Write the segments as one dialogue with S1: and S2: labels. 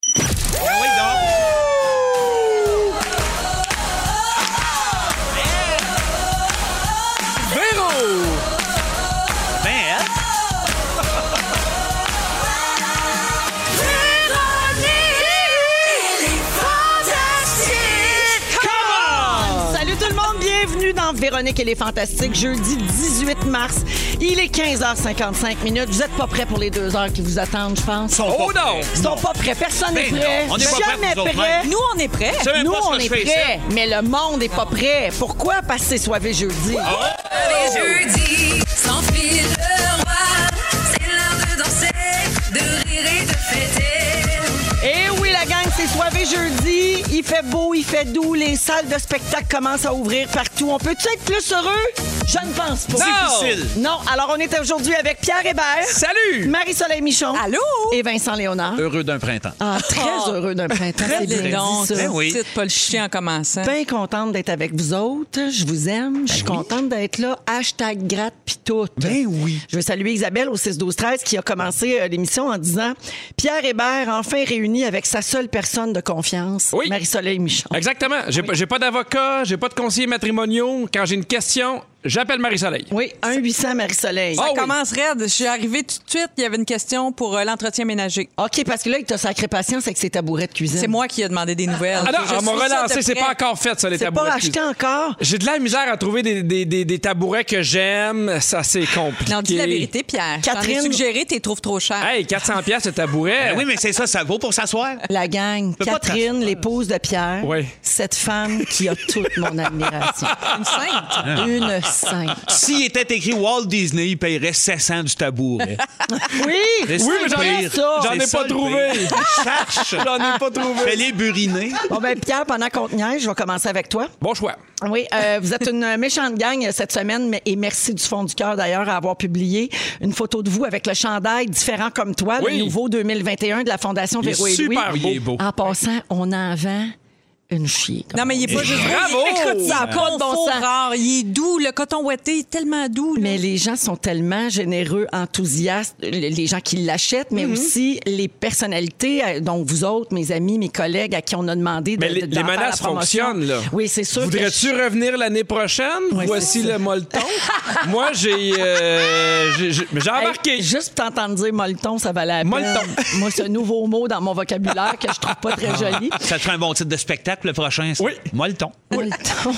S1: Ah Ben, hein?
S2: Véronique et les Fantastiques, jeudi 18 mars. Il est 15h55 minutes. Vous n'êtes pas prêts pour les deux heures qui vous attendent, je pense.
S1: Sont
S3: Oh
S1: pas-
S3: non!
S2: Ils sont pas prêts. Personne n'est
S1: Ben
S2: prêt.
S1: non, on n'est pas prêts,
S2: Jamais
S1: nous autres,
S2: prêt.
S1: même.
S4: Nous, on est prêts.
S1: Je sais même
S2: Nous,
S1: pas ce
S2: on
S1: que
S2: est
S1: je fais ici. Ah.
S2: prêt, mais le monde n'est pas prêt. Pourquoi? Parce que c'est soivé jeudi.
S5: Les jeudis, sans fil le roi, c'est l'heure de danser, de rire et de fêter.
S2: Eh oui, la gang, c'est soivé jeudi. Il fait beau, il fait doux. Les salles de spectacle commencent à ouvrir partout. On peut-tu être plus heureux? Je ne pense pas.
S1: Non! Difficile.
S2: Non, alors on est aujourd'hui avec Pierre Hébert.
S3: Salut!
S2: Marie-Soleil Michon.
S4: Allô?
S2: Et Vincent Léonard.
S3: Heureux d'un printemps.
S2: Ah, très
S4: Oh.
S2: heureux d'un printemps.
S4: Très
S2: Ah, c'est bien dit,
S4: long,
S2: ça.
S3: Eh
S4: ça.
S1: Ben oui.
S4: Petite, pas le chien en commençant.
S2: bien
S3: Ben,
S2: contente d'être avec vous autres. Je vous aime. Je suis contente d'être là. Hashtag gratte pis tout.
S3: Ben oui.
S2: Je veux saluer Isabelle au 6-12-13 qui a commencé euh, l'émission en disant Pierre Hébert enfin réuni avec sa seule personne de confiance,
S3: Oui.
S2: Marie-Soleil Michon.
S3: Exactement. J'ai pas- j'ai pas d'avocat, j'ai pas de conseiller matrimoniaux. Quand j'ai une question, j'appelle Marie-Soleil.
S2: Oui, 1-800 Marie-Soleil.
S4: Ça
S3: Ah oui.
S4: commence raide. Je suis arrivée tout de suite. Il y avait une question pour euh, l'entretien ménager.
S2: OK, parce que là, il t'a sacré patience avec ses tabourets de cuisine.
S4: C'est moi qui ai demandé des nouvelles.
S3: Ah non,
S4: Je
S3: on m'a
S4: suis ça
S3: relancé,
S4: de
S3: c'est
S4: près.
S3: pas encore fait, ça, les
S2: C'est
S3: tabourets.
S2: pas acheté encore.
S3: J'ai de la misère à trouver des, des- des- des tabourets que j'aime. Ça, c'est compliqué.
S4: Non, dis la vérité, Pierre.
S2: Catherine-
S4: Catherine. T'en ai suggéré, t'es trouves trop cher.
S3: Hey, 400 pièces le tabouret.
S1: Ben oui, mais c'est ça, ça vaut pour s'asseoir.
S2: La gang,
S1: pas
S2: Catherine, l'épouse de Pierre,
S3: Oui.
S2: cette femme qui a toute mon admiration.
S4: Une sainte.
S3: Ah.
S2: Une sainte.
S1: S'il était écrit Walt Disney, il paierait 700 du tabouret.
S2: Oui!
S1: C'est
S3: Oui, mais
S1: ça
S3: j'en
S1: le
S3: ai-
S1: pire.
S2: j'en
S1: C'est
S3: ai pas
S1: ça le
S3: trouvé.
S1: pire. Cherche.
S3: J'en ai pas trouvé.
S1: Fais-les buriner.
S2: Bon, ben, Pierre, pendant qu'on te niaise, je vais commencer avec toi.
S3: Bon choix.
S2: Oui, euh, vous êtes une méchante gang euh, cette semaine, mais- et merci du fond du cœur d'ailleurs à avoir publié une photo de vous avec le chandail différent comme toi,
S3: Oui.
S2: le nouveau 2021 de la Fondation
S3: Il est
S2: Véro et Louis.
S3: super beau. Il est beau.
S2: En passant, on en vend une chier.
S4: Non, mais il est pas juste
S3: Bravo!
S4: Écoute, ça a
S2: Ça a pas de
S4: pas
S2: bon
S4: de bon
S2: sens.
S4: rare. Il est doux, le coton ouaté, il est tellement doux. là.
S2: Mais les gens sont tellement généreux, enthousiastes, les gens qui l'achètent, mais aussi les personnalités, euh, donc vous autres, mes amis, mes collègues à qui on a demandé de
S3: Mais les,
S2: de-
S3: les
S2: d'en faire la
S3: menaces
S2: promotion.
S3: fonctionnent, là.
S2: Oui, c'est sûr. que
S3: Voudrais-tu revenir l'année prochaine? Voici le molleton. Moi, j'ai. euh, j'ai- j'ai- mais j'ai embarqué.
S2: Hey, juste pour t'entendre dire molleton, ça valait la peine.
S3: Molleton.
S2: Moi, c'est un nouveau mot dans mon vocabulaire que je trouve pas très
S3: Ah.
S2: joli.
S1: Ça te ferait un bon titre de spectacle le prochain. ça.
S3: Oui.
S1: Molleton.
S2: Molleton.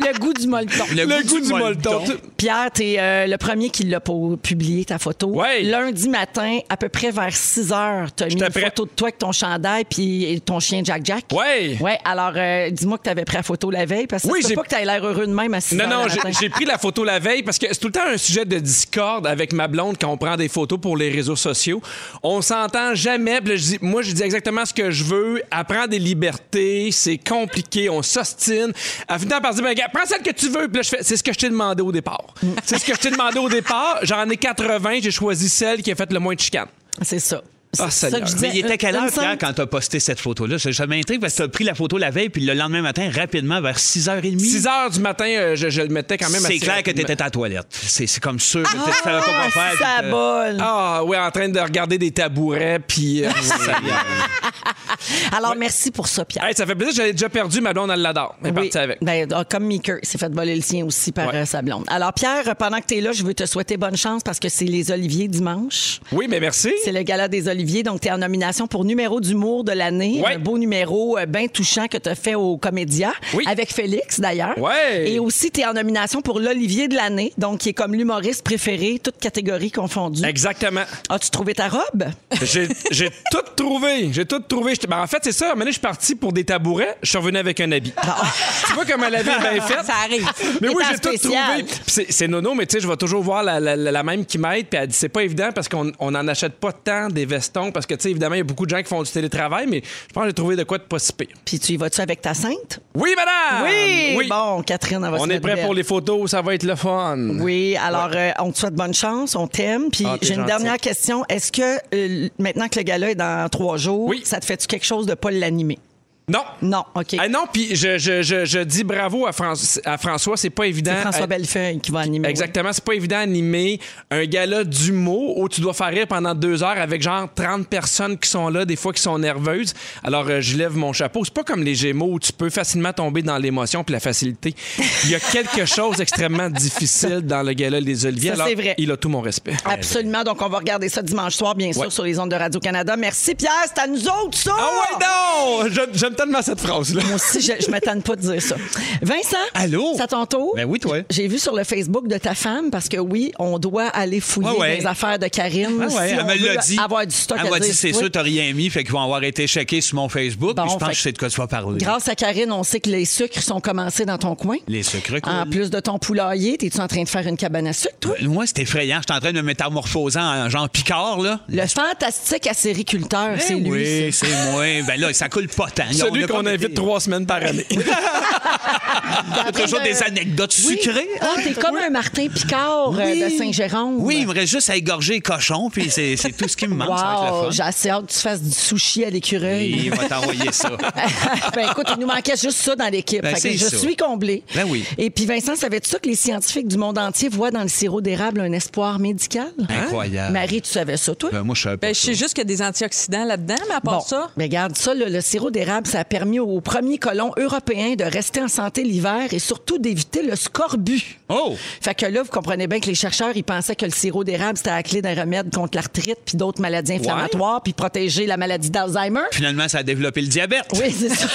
S2: Le goût du molleton.
S3: le goût du molleton.
S2: Pierre, t'es es le premier qui l'a pu- publié, ta photo.
S3: Ouais.
S2: Lundi matin, à peu près vers 6 heures, t'as mis une
S3: prêt.
S2: photo de toi avec ton chandail puis et ton chien Jack-Jack.
S3: Ouais.
S2: Ouais, alors euh, dis-moi que t'avais pris la photo la veille parce que
S3: Oui,
S2: c'est
S3: j'ai-
S2: pas que t'as l'air heureux de même à 6
S3: Non,
S2: heures
S3: non,
S2: le
S3: j'ai-
S2: matin.
S3: j'ai pris la photo la veille parce que c'est tout le temps un sujet de discorde avec ma blonde quand on prend des photos pour les réseaux sociaux. On s'entend jamais. Puis là, je dis- moi, je dis exactement ce que je veux. Elle prend des libertés. C'est compliqué. On s'ostine. Elle finit par se dire, ben, regarde, prends celle que tu veux. Puis là, je fais, c'est ce que je t'ai demandé au départ.
S1: Mm.
S3: c'est ce que je t'ai demandé au départ. J'en ai 80. J'ai choisi celle qui a fait le moins de chicanes.
S2: C'est ça.
S3: Ah,
S2: C'est ça que
S3: Seigneur.
S2: je dis.
S1: Mais il était quelle
S2: Une
S1: heure,
S2: simple-
S1: Pierre, quand t'as posté cette photo-là? Ça, ça m'intrigue parce que t'as pris la photo la veille, puis le lendemain matin, rapidement, vers 6h30.
S3: 6 heures du matin, euh, je, je le mettais quand même
S1: C'est
S3: assez
S1: clair que
S3: rapidement.
S1: t'étais à la toilette. C'est c'est comme sûr. que tu savais pas quoi faire.
S2: Ah, ça
S1: puis, euh,
S2: bol.
S3: Ah oui, en train de regarder des tabourets, puis... euh,
S2: Alors, merci pour ça, Pierre.
S3: Ah. hey, ça fait plaisir, j'avais déjà perdu, ma blonde, elle l'adore. Elle est
S2: Oui.
S3: partie avec.
S2: Ben, ah, comme Meeker s'est fait voler le sien aussi par
S3: Ouais.
S2: euh, sa blonde. Alors, Pierre, euh, pendant que tu es là, je veux te souhaiter bonne chance parce que c'est les Oliviers dimanche.
S3: Oui, mais merci.
S2: C'est le gala des Oliviers, donc tu es en nomination pour numéro d'humour de l'année.
S3: Ouais.
S2: Un beau numéro euh, bien touchant que tu as fait au Comédia,
S3: Oui.
S2: avec Félix d'ailleurs.
S3: Ouais.
S2: Et aussi, tu es en nomination pour l'Olivier de l'année, donc qui est comme l'humoriste préféré, toutes catégories confondues.
S3: Exactement.
S2: As-tu trouvé ta robe?
S3: J'ai j'ai tout trouvé. J'ai tout trouvé. J'étais- ben, en fait, c'est ça. Maintenant, je suis parti pour des tabourets. Je suis revenu avec un habit. tu vois comment la vie est bien faite?
S4: Ah, Ça arrive.
S2: Il
S3: Mais oui,
S2: est en
S3: j'ai tout
S2: spécial.
S3: trouvé. Puis c'est- C'est nono, mais tu sais, je vais toujours voir la, la- la- la même qui m'aide. Puis elle dit, c'est pas évident parce qu'on on en achète pas tant des vestons. Parce que, tu sais, évidemment, il y a beaucoup de gens qui font du télétravail, mais je pense que j'ai trouvé de quoi de pas si pire.
S2: Puis tu y vas-tu avec ta sainte?
S3: Oui, madame!
S2: Bon, Catherine, elle va
S3: Ah, On
S2: se
S3: est
S2: mettre
S3: prêt
S2: belle.
S3: pour les photos, ça va être le fun.
S2: Oui, alors euh, on te souhaite bonne chance, on t'aime. Puis
S3: Ah, t'es
S2: j'ai une
S3: gentil.
S2: dernière question. Est-ce que euh, maintenant que le gala est dans trois jours,
S3: Oui.
S2: ça te fait-tu quelque chose de pas l'animer?
S3: Non.
S2: Non, OK.
S3: Ah non, puis je, je- je- je dis bravo à, Fran- à François, c'est pas évident.
S2: C'est François
S3: à-
S2: Bellefeuille qui va animer.
S3: Exactement, c'est pas évident d'animer un gala d'humour où tu dois faire rire pendant deux heures avec genre 30 personnes qui sont là, des fois qui sont nerveuses. Alors, euh, je lève mon chapeau. C'est pas comme les Gémeaux où tu peux facilement tomber dans l'émotion puis la facilité. Il y a quelque chose d'extrêmement difficile dans le gala des Oliviers.
S2: Ça,
S3: Alors,
S2: c'est vrai. Ah!
S3: il a tout mon respect.
S2: oui. Absolument. Donc, on va regarder ça dimanche soir, bien sûr,
S3: Ouais.
S2: sur les ondes de Radio-Canada. Merci, Pierre. C'est à nous autres, ça!
S3: Ah ouais, Oh, non! Je, je ne tellement cette phrase-là.
S2: Si je, je m'attends pas de dire ça. Vincent?
S1: Allô?
S2: C'est à ton tour?
S1: Ben oui, toi.
S2: J'ai vu sur le Facebook de ta femme, parce que oui, on doit aller fouiller
S1: Ouais, ouais.
S2: les affaires de Karine.
S1: Ah ouais,
S2: si
S1: elle
S2: on
S1: me
S2: veut
S1: l'a dit.
S2: Avoir du stock
S1: Elle
S2: à
S1: m'a
S2: dire.
S1: dit, c'est
S2: Oui.
S1: sûr, t'as rien mis, fait qu'ils vont avoir été checkés sur mon Facebook.
S2: Bon,
S1: puis je pense
S2: fait
S1: que je sais de quoi tu vas parler.
S2: Grâce à Karine, on sait que les sucres sont commencés dans ton coin.
S1: Les secrets.
S2: En
S1: cool.
S2: plus de ton poulailler, t'es-tu en train de faire une cabane à sucre, toi?
S1: Moi, c'est effrayant. J'étais en train de me métamorphoser en genre Picard, là.
S2: Le fantastique acériculteur,
S1: Eh
S2: Ben, c'est lui.
S1: oui, c'est moi. Ben là, ça coule pas tant. On
S3: Celui
S1: a
S3: qu'on
S1: pas
S3: invite
S1: été-
S3: trois semaines par année.
S2: T'as
S1: Toujours des
S2: euh,
S1: anecdotes sucrées. hein?
S2: Ah, t'es comme un Martin Picard euh,
S1: Oui.
S2: de Saint-Jérôme.
S1: Oui, il me reste juste à égorger les cochons, puis c'est c'est tout ce qui me manque. ça va être
S2: Wow,
S1: le
S2: j'ai assez hâte que tu fasses du sushi à
S1: fun. Et
S2: l'écureuil.
S1: il va t'envoyer ça.
S2: ben écoute, il nous manquait juste ça dans l'équipe.
S1: Ben,
S2: Fait que
S1: c'est
S2: je
S1: ça.
S2: suis comblée.
S1: Ben oui.
S2: Et puis Vincent, savais-tu ça que les scientifiques du monde entier voient dans le sirop d'érable un espoir médical?
S1: Hein? Incroyable.
S2: Marie, tu savais ça, toi?
S1: Ben, moi, je savais pas
S4: Ben, je
S1: ça.
S4: sais juste qu'il y a des antioxydants là-dedans, mais à part
S2: Bon,
S4: ça.
S2: ben regarde, ça, le, le sirop d'érable, ça a permis aux premiers colons européens de rester en santé l'hiver et surtout d'éviter le scorbut.
S1: Oh!
S2: Fait que là, vous comprenez bien que les chercheurs, ils pensaient que le sirop d'érable, c'était la clé d'un remède contre l'arthrite puis d'autres maladies inflammatoires puis protéger la maladie d'Alzheimer.
S1: Finalement, ça a développé le diabète.
S2: Oui, c'est ça.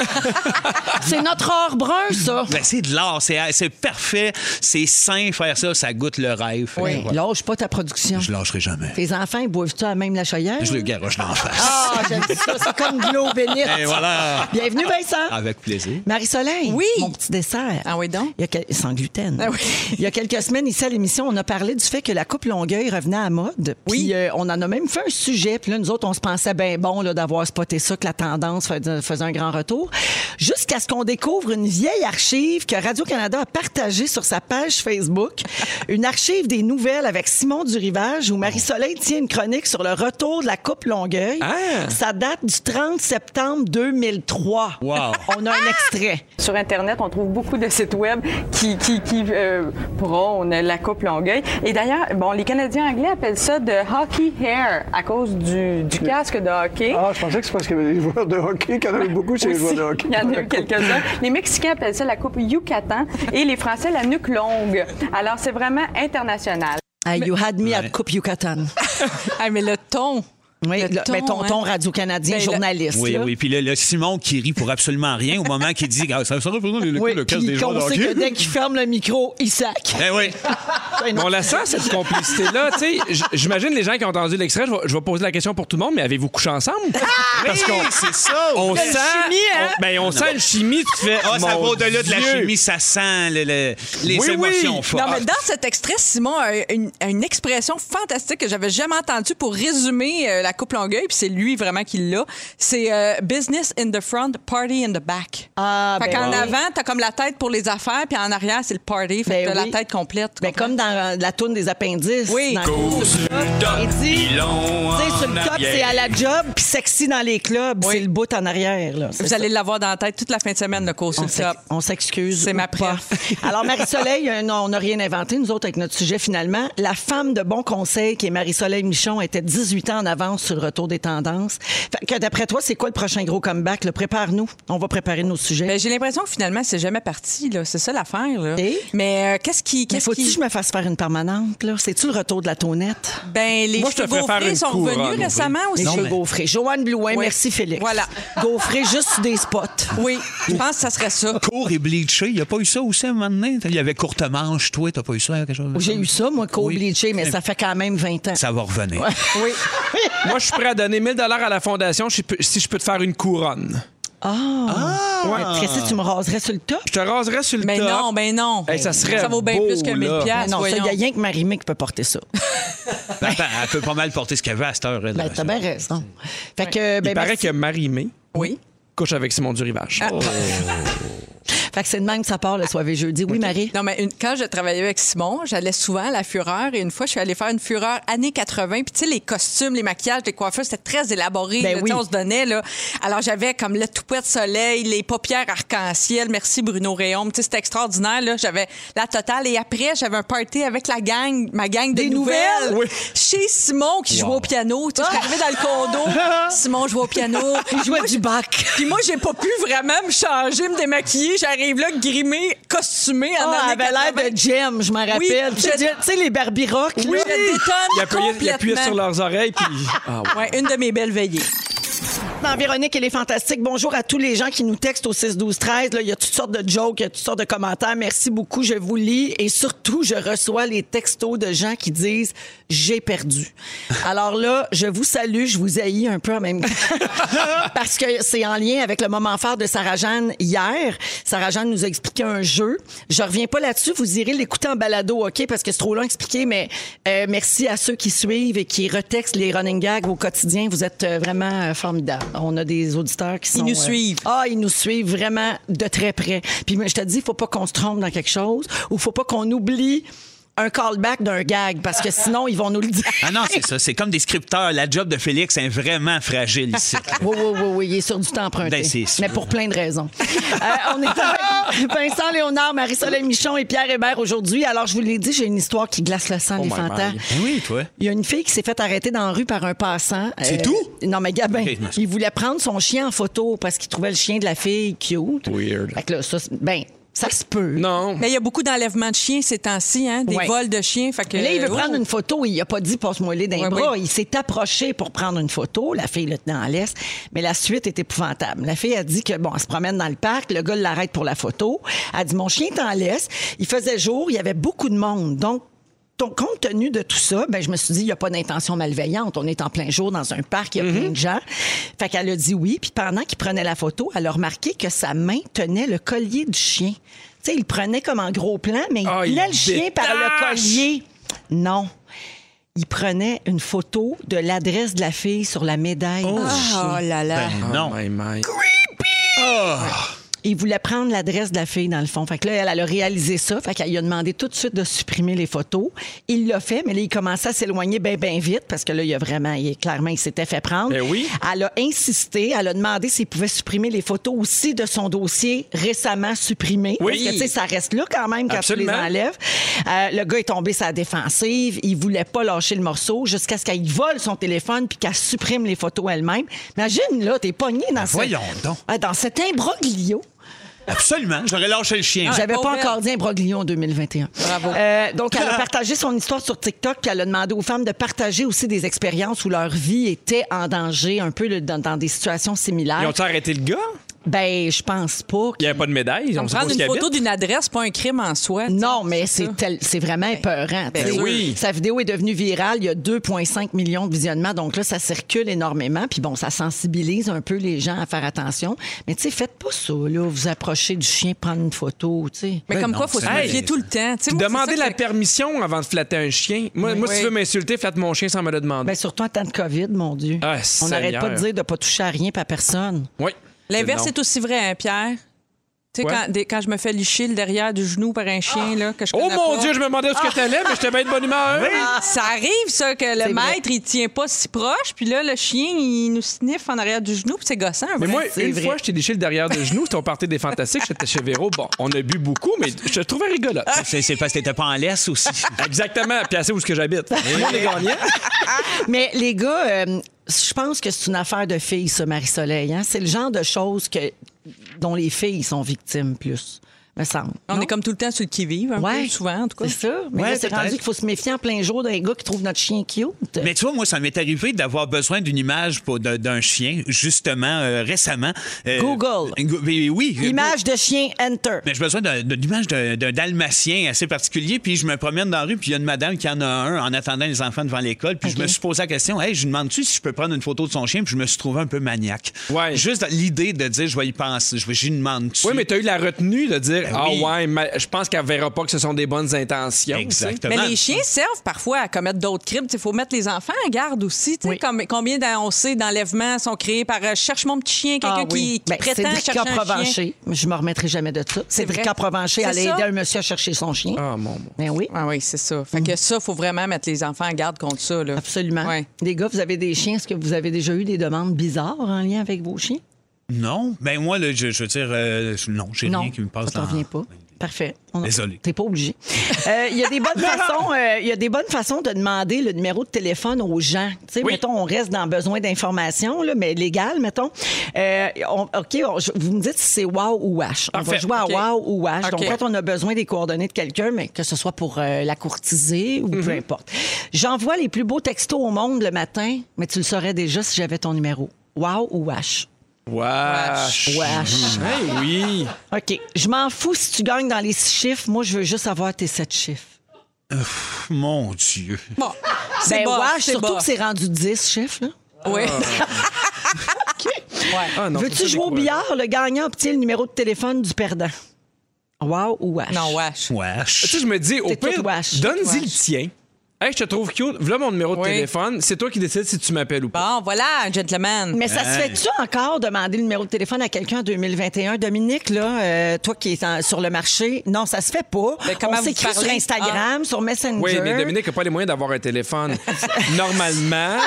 S2: c'est notre or brun, ça.
S1: Ben, c'est de l'art, c'est c'est parfait, c'est sain faire ça, ça goûte le rêve.
S2: Oui.
S1: Et voilà.
S2: Lâche pas ta production.
S1: Je lâcherai jamais.
S2: Tes enfants, ils boivent-tu à même la chaudière?
S1: Je le garoche d'en face.
S2: Ah, j'aime ça. C'est comme de l'eau bénite.
S1: Et voilà.
S2: Bienvenue, Vincent.
S1: Avec plaisir.
S2: Marie-Soleil,
S4: Oui.
S2: mon petit dessert.
S4: Ah oui, donc?
S2: Il y a quel- Sans gluten.
S4: Ah oui.
S2: Il y a quelques semaines, ici à l'émission, on a parlé du fait que la coupe Longueuil revenait à mode.
S4: Oui.
S2: Puis euh, on en a même fait un sujet. Puis là, nous autres, on se pensait bien bon là, d'avoir spoté ça, que la tendance fais- euh, faisait un grand retour. Jusqu'à ce qu'on découvre une vieille archive que Radio-Canada a partagée sur sa page Facebook. une archive des nouvelles avec Simon Durivage où Marie-Soleil tient une chronique sur le retour de la coupe Longueuil.
S3: Ah!
S2: Ça date du 30 septembre 2003.
S1: Wow.
S2: On a un extrait.
S6: Sur Internet, on trouve beaucoup de sites web qui, qui, qui euh, prônent la coupe Longueuil. Et d'ailleurs, bon, les Canadiens anglais appellent ça de hockey hair à cause du, du casque de hockey.
S7: Ah, je pensais que c'est parce qu'il y avait des joueurs de hockey. Il y en avait beaucoup, c'est les
S6: Aussi,
S7: joueurs de hockey.
S6: Il y en a eu quelques-uns. Les Mexicains appellent ça la coupe Yucatan et les Français la nuque longue. Alors, c'est vraiment international.
S2: Hey, you had me at
S1: Ouais.
S2: Coupe Yucatan.
S4: Ah, mais le ton.
S2: Oui,
S4: Le
S2: là, ben,
S4: ton,
S2: tonton
S4: hein. Ben,
S2: Radio-Canadien,
S4: le-
S2: journaliste.
S1: Oui,
S2: là.
S1: oui. Puis le, le Simon qui rit pour absolument rien au moment qu'il dit ah, ça ça représente le,
S2: Oui,
S1: le
S2: puis
S1: casse des joueurs de
S2: qu'on sait
S1: hockey.
S2: que dès qu'il ferme le micro, il sac.
S1: Eh oui.
S3: Mais on la sent, cette complicité-là. Tu sais, j- J'imagine les gens qui ont entendu l'extrait, je vais- je vais poser la question pour tout le monde, mais avez-vous couché ensemble? Parce qu'on
S1: Oui, c'est ça.
S3: on sent.
S4: chimie, hein?
S3: on, ben, on sent une chimie, tu fais.
S1: Ah, ça va
S3: mon
S1: au-delà de la
S3: Dieu.
S1: chimie, ça sent le- le- les
S3: Oui, oui.
S1: émotions
S3: Non,
S1: fortes.
S4: Non, mais dans cet extrait, Simon a une, a une expression fantastique que j'avais jamais entendue pour résumer euh, la coupe Longueuil, puis c'est lui vraiment qui l'a. C'est euh, business in the front, party in the back.
S2: Ah,
S4: fait
S2: ben
S4: qu'en
S2: oui.
S4: avant, t'as comme la tête pour les affaires, puis en arrière, c'est le party. Fait
S2: Ben
S4: que t'as
S2: oui.
S4: la tête complète. tu
S2: Ben,
S4: comprends?
S2: comme dans la toune des appendices.
S4: Oui.
S2: Dans le coup, sur le top, il dit, tu sais, sur le top, c'est à la job, puis sexy dans les clubs, c'est le bout en arrière. Là. C'est
S4: Vous
S2: ça.
S4: allez l'avoir dans la tête toute la fin de semaine, le cours sur
S2: On
S4: le
S2: s'ex-
S4: top.
S2: on s'excuse.
S4: C'est
S2: ou
S4: ma
S2: pas.
S4: preuve.
S2: Alors, Marie-Soleil, euh, non, on n'a rien inventé, nous autres, avec notre sujet finalement. La femme de bon conseil, qui est Marie-Soleil Michon, était 18 ans en avance sur le retour des tendances. Fait que d'après toi, c'est quoi le prochain gros comeback? Le prépare-nous. On va préparer nos sujets.
S4: Ben, j'ai l'impression que finalement, c'est jamais parti. là. C'est ça l'affaire. là.
S2: Et?
S4: Mais euh, qu'est-ce qui.
S2: Mais
S4: Qu'est-ce
S2: faut-tu
S4: qui...
S2: que je me fasse faire une permanente, là? C'est-tu le retour de la tonnette?
S4: Ben, les
S3: Moi, je te
S4: cheveux
S3: ferais faire
S4: gaufrés
S3: une
S4: sont
S3: couronne,
S4: revenus
S3: oui.
S4: récemment
S2: Les
S4: aussi.
S2: cheveux gaufrés. Joanne Blouin,
S4: Oui.
S2: merci Félix.
S4: Voilà.
S2: Gaufrés juste sur des spots.
S4: Oui, je pense que ça serait ça.
S1: Court et bleaché, il n'y a pas eu ça aussi à un moment donné? Il y avait courte manche, toi, t'as pas eu ça, quelque chose?
S2: J'ai eu ça, moi, co
S1: Oui.
S2: mais ça fait quand même 20 ans.
S1: Ça va revenir.
S2: Oui.
S3: Moi, je suis prêt à donner 1000 à la fondation si je peux- si je peux te faire une couronne.
S2: Ah! Tracy, tu me raserais sur le top?
S3: Je te raserais sur le
S4: Mais
S3: top.
S4: non, ben non.
S3: Hey, ça serait
S4: vaut bien
S3: beau,
S4: plus que 1000
S3: là.
S2: Ah,
S4: piastres,
S2: non, ça, il
S4: voyons.
S2: n'y a rien que Marimé qui peut porter ça.
S1: Attends, elle peut pas mal porter ce qu'elle veut à cette heure.
S2: Ben, t'as bien raison. Fait que,
S3: Il
S2: ben,
S3: paraît
S2: merci.
S3: que Marie-Mé
S4: Oui.
S3: couche avec Simon Durivage.
S4: Ah,
S2: Fait que c'est de même que ça part le soirée jeudi. Oui, Marie?
S4: Non, mais une- quand je travaillais avec Simon, j'allais souvent à la Fureur et une fois, je suis allée faire une Fureur années 80. Puis, tu sais, les costumes, les maquillages, les coiffeurs, c'était très élaboré.
S2: Ben
S4: là, tu sais,
S2: oui.
S4: On se donnait, là. Alors, j'avais comme le toupet de soleil, les paupières arc-en-ciel. Merci, Bruno Réaume. Tu sais, c'était extraordinaire, là. J'avais la totale. Et après, j'avais un party avec la gang, ma gang de
S2: Des nouvelles?
S4: nouvelles.
S3: Oui.
S4: Chez Simon, qui jouait au piano. Tu sais, je suis arrivée dans le condo. Simon jouait au piano.
S2: Il jouait du bac.
S4: Puis moi, j'ai pas pu vraiment me changer, me démaquiller. J'arrive là, grimée, costumée, en
S2: Ah,
S4: années
S2: elle avait
S4: 80.
S2: l'air de Jem, je m'en rappelle.
S4: je-
S2: tu sais, tu sais, les Barbie Rock, là.
S4: Oui, je détonne
S3: Il appuyait, il
S4: complètement.
S3: appuyait sur leurs oreilles, puis. Ah ouais.
S4: Ouais, une de mes belles veillées.
S2: dans Véronique et les Fantastiques. Bonjour à tous les gens qui nous textent au 6-12-13. Là, Il y a toutes sortes de jokes, il y a toutes sortes de commentaires. Merci beaucoup, je vous lis. Et surtout, je reçois les textos de gens qui disent « j'ai perdu ». Alors là, je vous salue, je vous haïs un peu en même temps. Parce que c'est en lien avec le moment fort de Sarah-Jeanne hier. Sarah-Jeanne nous a expliqué un jeu. Je reviens pas là-dessus, vous irez l'écouter en balado, OK? Parce que c'est trop long à expliquer, mais euh, merci à ceux qui suivent et qui retextent les running gags au quotidien. Vous êtes euh, vraiment euh, formidables. On a des auditeurs qui sont...
S4: nous suivent.
S2: Ah, ils nous suivent vraiment de très près. Puis je te dis, il faut pas qu'on se trompe dans quelque chose ou faut pas qu'on oublie un callback d'un gag parce que sinon, ils vont nous le dire.
S1: Ah non, c'est ça. C'est comme des scripteurs. La job de Félix est vraiment fragile ici.
S2: Oui, oui, oui, oui, il est sur du temps emprunté.
S1: Ben, c'est sûr.
S2: mais pour plein de raisons. Euh, on est avec Vincent Léonard, Marie-Soleil Michon et Pierre Hébert aujourd'hui. Alors, je vous l'ai dit, j'ai une histoire qui glace le
S1: Oh
S2: sang des
S3: my
S2: fantas.
S3: my.
S1: Eh oui, toi.
S2: Il y a une fille qui s'est fait arrêter dans la rue par un passant. Euh,
S1: C'est tout?
S2: Non, mais Gabin,
S1: Ok, je m'excuse.
S2: il voulait prendre son chien en photo parce qu'il trouvait le chien de la fille cute.
S3: Weird.
S2: Fait que là, ça, c'est- ben, ça se peut.
S3: Non.
S4: Mais il y a beaucoup d'enlèvements de chiens ces temps-ci, hein? Des
S2: Ouais.
S4: vols de chiens. Fait que,
S2: Mais là, il veut
S4: Oh.
S2: prendre une photo. Il n'a pas dit passe-moi les d'un
S4: Ouais,
S2: bras.
S4: ouais.
S2: Il s'est approché pour prendre une photo. La fille le tenait en laisse. Mais la suite est épouvantable. La fille a dit que, bon, elle se promène dans le parc. Le gars l'arrête pour la photo. Elle dit Mon chien est en laisse. Il faisait jour. Il y avait beaucoup de monde. Donc, donc, compte tenu de tout ça, ben, je me suis dit, il n'y a pas d'intention malveillante. On est en plein jour dans un parc, il y a
S4: Mhm.
S2: plein de gens. Fait qu'elle a dit oui. Puis pendant qu'il prenait la photo, elle a remarqué que sa main tenait le collier du chien. Tu sais, il le prenait comme en gros plan, mais il
S3: Ah, il
S2: tenait le chien par le
S3: détache!
S2: collier. Non. Il prenait une photo de l'adresse de la fille sur la médaille. du chien.
S4: Ah, Oh là là.
S1: Ben,
S3: Oh
S1: non.
S3: my, my.
S2: Il voulait prendre l'adresse de la fille, dans le fond. Fait que là, elle, elle a réalisé ça. Fait qu'elle lui a demandé tout de suite de supprimer les photos. Il l'a fait, mais là, il commençait à s'éloigner bien, bien vite parce que là, il a vraiment, il, clairement, il s'était fait prendre.
S3: Ben oui.
S2: Elle a insisté. Elle a demandé s'il pouvait supprimer les photos aussi de son dossier récemment supprimé.
S3: Oui.
S2: Parce que, tu sais, ça reste là quand même quand tu
S3: Absolument.
S2: les enlèves. Euh, le gars est tombé sa défensive. Il voulait pas lâcher le morceau jusqu'à ce qu'elle vole son téléphone puis qu'elle supprime les photos elle-même. Imagine, là, t'es pogné
S3: Ben
S2: dans ce-
S1: voyons donc.
S2: Ah, Dans cet imbroglio.
S1: Absolument. J'aurais lâché le chien.
S2: J'avais
S4: pauvre
S2: pas
S4: elle.
S2: encore dit un broglio en 2021.
S4: Bravo.
S2: Euh, donc, elle a partagé son histoire sur TikTok, puis elle a demandé aux femmes de partager aussi des expériences où leur vie était en danger, un peu le- dans, dans des situations
S4: Ah.
S3: Ils
S2: similaires.
S3: ont-tu arrêté le gars?
S2: Ben, je pense pas.
S3: Il n'y avait pas de médaille. On sait pas où
S4: Prendre
S3: ce qu'il
S4: une photo
S3: habite.
S4: d'une adresse, pas un crime en soi. tu
S2: Non,
S4: sais,
S2: mais
S4: ça.
S2: c'est tel- c'est vraiment épeurant.
S4: ben
S2: tu sais.
S3: oui.
S2: Sa vidéo est devenue virale. Il y a 2,5 millions de visionnements. Donc là, ça circule énormément. Puis bon, ça sensibilise un peu les gens à faire attention. Mais tu sais, faites pas ça, là. Vous approchez du chien, prendre une photo, tu sais.
S4: Mais
S1: Ben
S4: comme
S1: non,
S4: quoi, il faut se
S1: c'est-
S4: méfier
S1: Hey.
S4: tout le temps. Tu sais,
S3: Puis
S4: moi,
S3: demander
S4: c'est ça
S3: la
S4: que-
S3: permission avant de flatter un chien. Moi, moi, si
S4: Oui.
S3: tu veux m'insulter, flatte mon chien sans me le demander.
S2: Ben, surtout en temps de COVID, mon Dieu.
S3: Ah,
S2: On n'arrête
S3: Seigneur.
S2: pas de dire de ne pas toucher à rien pas à personne.
S3: oui.
S4: Ben, L'inverse
S3: Non.
S4: est aussi vrai, hein, Pierre? Tu sais,
S3: Ouais.
S4: quand, des- quand je me fais licher le derrière du genou par un chien, là, que je
S3: Oh
S4: connais
S3: mon
S4: pas.
S3: Dieu, je me demandais où ce que t'allais, mais j'étais bien de bonne humeur.
S4: Ça arrive, ça, que
S2: C'est
S4: le
S2: vrai.
S4: maître, il tient pas si proche, puis là, le chien, il nous sniffe en arrière du genou, puis c'est gossant. un
S3: Mais
S4: peu.
S3: moi,
S2: c'est
S3: une
S2: vrai.
S3: fois, je t'ai déchiré le derrière de genou, c'était au party des Fantastiques, j'étais chez Véro. Bon, on a bu beaucoup, mais je te trouvais rigolote.
S1: C'est c'est parce que t'étais pas en laisse aussi.
S3: Exactement, puis assez où ce que j'habite. on est gagnant.
S2: Mais les gars, euh, je pense que c'est une affaire de filles, ce Marie-Soleil. hein. C'est le genre de choses que, dont les filles sont victimes plus, me semble.
S4: On est comme tout le temps sur le qui-vive, un
S2: Ouais.
S4: peu, souvent, en tout cas.
S2: C'est ça. Mais
S1: Ouais,
S2: là, c'est
S1: peut-être.
S2: rendu qu'il faut se méfier en plein jour d'un gars qui trouve notre chien cute.
S1: Mais tu vois, moi, ça m'est arrivé d'avoir besoin d'une image pour- d'un d'un chien, justement, euh, récemment. Euh,
S2: Google.
S1: Go- oui, oui.
S2: Image de chien, enter.
S1: Mais j'ai besoin d'un- d'une image d'un d'un dalmatien assez particulier. Puis je me promène dans la rue, puis il y a une madame qui en a un en attendant les enfants devant l'école. Puis je me suis posé la question Hey, je lui demande-tu si je peux prendre une photo de son chien Puis je me suis trouvé un peu maniaque.
S3: Ouais.
S1: Juste dans l'idée de dire Je vais y penser, je vais j'y demande-tu.
S3: Oui, mais t'as eu la retenue de dire
S2: Ben
S3: Ah
S1: oui.
S3: ouais, mais je pense qu'elle verra pas que ce sont des bonnes intentions. tu sais.
S1: Exactement.
S4: Mais les chiens servent parfois à commettre d'autres crimes. Il faut mettre les enfants en garde aussi. tu sais,
S2: Oui.
S4: comme- combien d'en- on sait d'enlèvements sont créés par euh, cherche mon petit chien, quelqu'un
S2: Ah oui.
S4: qui, qui
S2: Ben,
S4: prétend chercher
S2: Cédrica
S4: un chien.
S2: Provencher. Je me remettrai jamais de ça. Cédrica
S4: vrai.
S2: Provencher
S4: C'est
S2: allait
S4: ça.
S2: aider un monsieur à chercher son chien.
S3: Ah mon mon.
S2: Mais oui.
S4: Ah oui, c'est ça. Fait que ça, faut vraiment mettre les enfants en garde contre ça. là.
S2: Mm. Absolument.
S4: Ouais.
S2: Les gars, vous avez des chiens. Est-ce que vous avez déjà eu des demandes bizarres en lien avec vos chiens?
S1: Non, ben moi, là, je, je veux dire, euh, non, j'ai rien qui me passe
S2: ça
S1: dans
S2: t'en revient pas. Parfait. On-
S1: Désolé.
S2: T'es pas obligé. Euh, Il y a des bonnes façons. euh, Il y a des bonnes façons de demander le numéro de téléphone aux gens. Tu sais,
S3: Oui.
S2: mettons, on reste dans besoin d'informations, là, mais légal, mettons. Euh, on- ok, on- je- vous me dites si c'est wow ou wash. On va
S3: Parfait.
S2: jouer à
S4: Ok.
S2: wow ou wash. Donc
S4: Ok.
S2: quand on a besoin des coordonnées de quelqu'un, mais que ce soit pour euh, la courtiser ou peu importe. J'envoie les plus beaux textos au monde le matin, mais tu le saurais déjà si j'avais ton numéro. Wow ou wash?
S3: Wesh.
S2: Wesh.
S3: Eh oui.
S2: OK. Je m'en fous si tu gagnes dans les six chiffres. Moi, je veux juste avoir tes sept chiffres.
S1: Mon Dieu.
S4: Bon, c'est
S2: Ben,
S4: bas,
S2: wesh,
S4: c'est
S2: surtout
S4: bas.
S2: que c'est rendu 10 chiffres, là.
S4: Oui.
S3: Ah, non, ça,
S2: Veux-tu
S3: c'est
S2: jouer au
S3: quoi?
S2: billard? Le gagnant obtient le numéro de téléphone du perdant. Wow ou wesh?
S4: Non, wesh.
S1: Wesh.
S3: Tu sais, je me dis, au
S2: T'es toute
S3: pire,
S2: wesh.
S3: donne-y
S2: Wesh.
S3: le tien. Hey, je te trouve cute. Voilà mon numéro de
S4: Oui.
S3: téléphone. C'est toi qui décides si tu m'appelles ou pas.
S4: Bon, voilà, un gentleman.
S2: Mais ça se fait-tu encore demander le numéro de téléphone à quelqu'un en 2021? Dominique, là, euh, toi qui es en- sur le marché, non, ça se fait pas.
S4: Mais comment
S2: On
S4: vous
S2: s'écrit sur
S4: parlez? Ah.
S2: Instagram, sur Messenger.
S3: Oui, mais Dominique n'a pas les moyens d'avoir un téléphone normalement.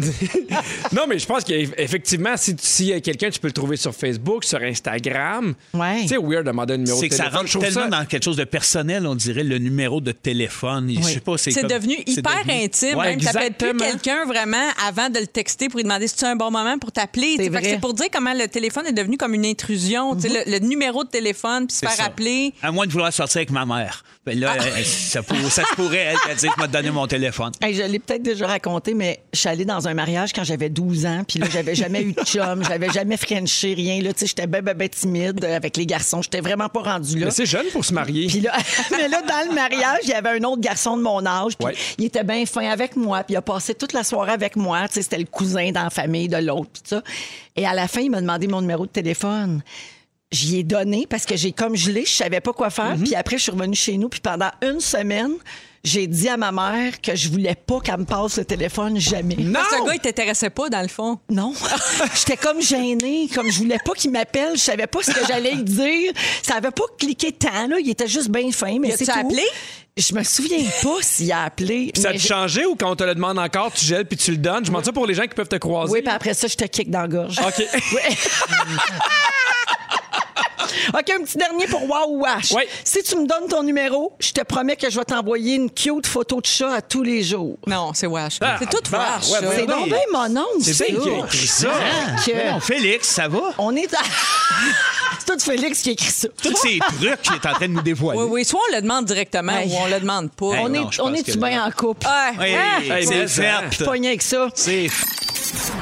S3: non, mais je pense qu'effectivement, si tu s'il y a quelqu'un, tu peux le trouver sur Facebook, sur Instagram.
S2: Ouais.
S3: Tu sais, weird de demander un numéro
S1: C'est
S3: de
S1: que ça
S3: téléphone. Je
S1: rentre
S3: trouve
S1: tellement
S3: ça-
S1: dans quelque chose de personnel, on dirait, le numéro de téléphone. Je sais pas, c'est
S4: C'est
S1: comme-
S4: devenu
S1: c'est
S4: hyper
S1: devenu-
S4: intime.
S1: Ouais,
S4: même. T'appelles plus
S3: exactement.
S4: quelqu'un vraiment avant de le texter pour lui demander si c'est un bon moment pour t'appeler. tu
S2: C'est
S4: sais. Fait que
S2: vrai.
S4: C'est pour dire comment le téléphone est devenu comme une intrusion. tu sais, Le, le numéro de téléphone, puis se
S1: C'est
S4: faire
S1: ça.
S4: appeler.
S1: À moins de vouloir sortir avec ma mère. Ben
S4: Ah.
S1: là, euh, ça, pour- ça se pourrait, elle, elle dire, je vais te donner mon téléphone.
S2: Hey, je l'ai peut-être déjà raconté, mais je suis allée dans un mariage quand j'avais 12 ans, puis là, j'avais jamais eu de chum, j'avais jamais frenché, rien. Là, tu sais, j'étais ben, ben, ben timide euh, avec les garçons. J'étais vraiment pas rendue là.
S3: Mais c'est jeune pour se marier.
S2: Puis là, mais là, dans le mariage, il y avait un autre garçon de mon âge. Puis
S3: Ouais.
S2: il était bien fin avec moi. Puis il a passé toute la soirée avec moi. Tu sais, c'était le cousin dans la famille de l'autre. puis tout ça. Et à la fin, il m'a demandé mon numéro de téléphone. J'y ai donné parce que j'ai comme gelé, je savais pas quoi
S3: Mhm.
S2: faire. Puis après, je suis revenue chez nous. Puis pendant une semaine, j'ai dit à ma mère que je voulais pas qu'elle me passe le téléphone jamais.
S3: Non!
S4: Ce gars, il t'intéressait pas, dans le fond.
S2: Non. J'étais comme gênée, comme je voulais pas qu'il m'appelle, je savais pas ce que j'allais lui dire. Ça avait pas cliqué tant là, il était juste bien fin, mais
S4: Il a-tu
S2: c'est tout.
S4: appelé?
S2: Je me souviens pas s'il a appelé.
S3: Puis ça
S2: mais
S3: te
S2: j'ai-
S3: changé ou quand on te le demande encore, tu gèles puis tu le donnes? Je m'en ça pour les gens qui peuvent te croiser.
S2: Oui, puis après ça, je te kick dans la gorge.
S3: OK.
S2: OK, un petit dernier pour Wow Wash.
S3: Ouais.
S2: Si tu me donnes ton numéro, je te promets que je vais t'envoyer une cute photo de chat à tous les jours.
S4: Non, c'est wesh.
S3: Ah,
S4: c'est tout
S3: bah,
S4: wesh.
S3: ouais,
S4: ça.
S3: ouais,
S2: C'est
S3: Ben
S2: donc
S3: oui.
S2: bien mon oncle,
S3: C'est bien
S2: ça.
S3: qui a écrit ça.
S2: Que-
S1: Mais non, Félix, ça va?
S2: On est à... C'est tout Félix qui a écrit ça.
S1: Tous ces trucs qu'il est en train de nous dévoiler.
S4: Oui, oui. Soit on le demande directement
S2: Hey.
S4: ou on le demande pas.
S1: Hey.
S2: On
S1: non, je
S2: est, on
S1: pense
S2: est-tu
S1: que-
S2: bien en couple?
S4: Ah,
S1: Hey,
S4: ah.
S1: hey, c'est
S3: ça.
S1: fait.
S2: Pogné avec ça.
S1: C'est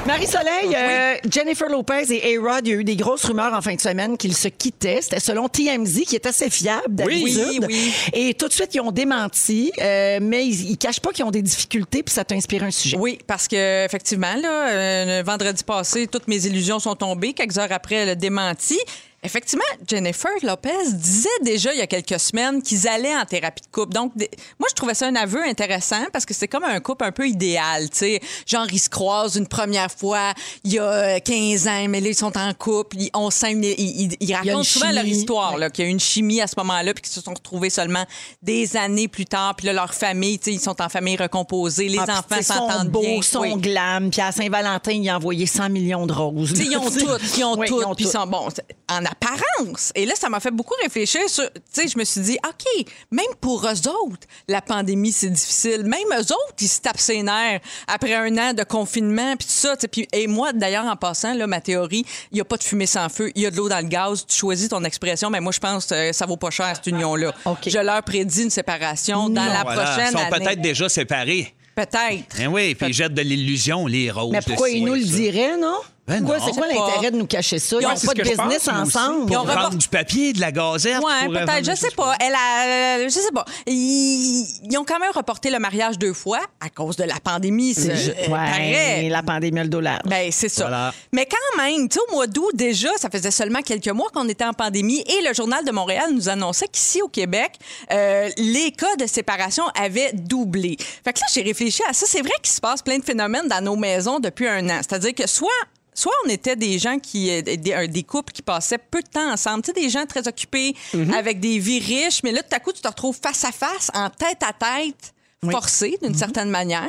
S2: Marie-Soleil, euh, Jennifer Lopez et A-Rod, il y a eu des grosses rumeurs en fin de semaine qu'ils se quittaient. C'était selon TMZ, qui est assez fiable d'habitude.
S4: Oui, oui.
S2: Et tout de suite, ils ont démenti, euh, mais ils, ils cachent pas qu'ils ont des difficultés, puis ça t'a inspiré un sujet.
S4: Oui, parce que effectivement, là, euh, le vendredi passé, toutes mes illusions sont tombées. Quelques heures après, elle a démenti. Effectivement, Jennifer Lopez disait déjà il y a quelques semaines qu'ils allaient en thérapie de couple. Donc, des- moi, je trouvais ça un aveu intéressant parce que c'est comme un couple un peu idéal, tu sais. Genre, ils se croisent une première fois il y a euh, 15 ans, mais là, ils sont en couple, ils, on sent une- ils, ils- ils
S2: une
S4: racontent souvent
S2: chimie.
S4: leur histoire, là, qu'il y a eu une chimie à ce moment-là, puis qu'ils se sont retrouvés seulement des années plus tard. Puis là, leur famille, tu sais, ils sont en famille recomposée, les
S2: Ah, puis,
S4: enfants
S2: tu sais, sont
S4: s'entendent
S2: beaux,
S4: bien.
S2: sont
S4: oui.
S2: glam, puis à Saint-Valentin, ils ont envoyé 100 millions de roses.
S4: Tu sais, Ils ont
S2: Tu sais.
S4: tout, ils ont
S2: Oui,
S4: tout, puis ils
S2: tout.
S4: sont bons c'est- en apparence. Et là, ça m'a fait beaucoup réfléchir. Sur, tu sais, je me suis dit, ok, même pour eux autres, la pandémie c'est difficile. Même eux autres, ils se tapent ses nerfs après un an de confinement puis tout ça. tu sais. Puis et moi, d'ailleurs, en passant, là, ma théorie, il n'y a pas de fumée sans feu, il y a de l'eau dans le gaz. Tu choisis ton expression, mais moi, je pense que ça vaut pas cher cette union là.
S2: OK.
S4: Je leur prédis une séparation dans la
S1: Voilà,
S4: prochaine
S1: Ils sont
S4: année.
S1: peut-être déjà séparés.
S4: Peut-être.
S1: Ben oui, puis ils jettent de l'illusion, les roses.
S2: Mais pourquoi
S1: de
S2: ils nous le
S1: ci, ça.
S2: diraient, non?
S1: Ben
S2: Pourquoi-
S1: non.
S2: C'est quoi
S4: Je sais pas.
S2: l'intérêt de nous cacher ça? Ils
S4: Ouais,
S2: n'ont
S3: c'est
S2: pas
S3: ce
S2: de
S3: que je pense,
S2: business
S3: moi aussi.
S2: ensemble.
S4: Ils ont
S1: Pour
S4: report-
S1: vendre du papier, de la gazette.
S4: Ouais,
S1: pour, euh,
S4: peut-être,
S1: vendre
S4: je
S1: des
S4: sais
S1: choses.
S4: pas. Elle a, euh, je sais pas. Ils, ils ont quand même reporté le mariage deux fois à cause de la pandémie. C'est
S2: Je-
S4: euh,
S2: Ouais,
S4: pareil.
S2: la pandémie, le dollar.
S4: Ben, c'est ça.
S1: Voilà.
S4: Mais quand même, tu sais, au mois d'août, déjà, ça faisait seulement quelques mois qu'on était en pandémie et le Journal de Montréal nous annonçait qu'ici, au Québec, euh, les cas de séparation avaient doublé. Fait que là, j'ai réfléchi à ça. C'est vrai qu'il se passe plein de phénomènes dans nos maisons depuis un an. C'est-à-dire que soit soit on était des gens qui euh, des, euh, des couples qui passaient peu de temps ensemble, tu sais des gens très occupés avec des vies riches, mais là tout à coup tu te retrouves face à face, en tête à tête, forcé d'une certaine manière.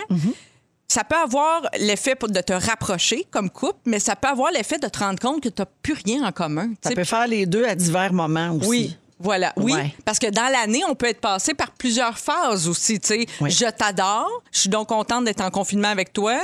S4: Ça peut avoir l'effet pour- de te rapprocher comme couple, mais ça peut avoir l'effet de te rendre compte que tu n'as plus rien en commun. tu
S2: Ça
S4: sais.
S2: peut faire les deux à divers moments aussi.
S4: Oui. Voilà, oui.
S2: Ouais.
S4: Parce que dans l'année, on peut être passé par plusieurs phases aussi. Tu sais,
S2: Oui.
S4: je t'adore, je suis donc contente d'être en confinement avec toi.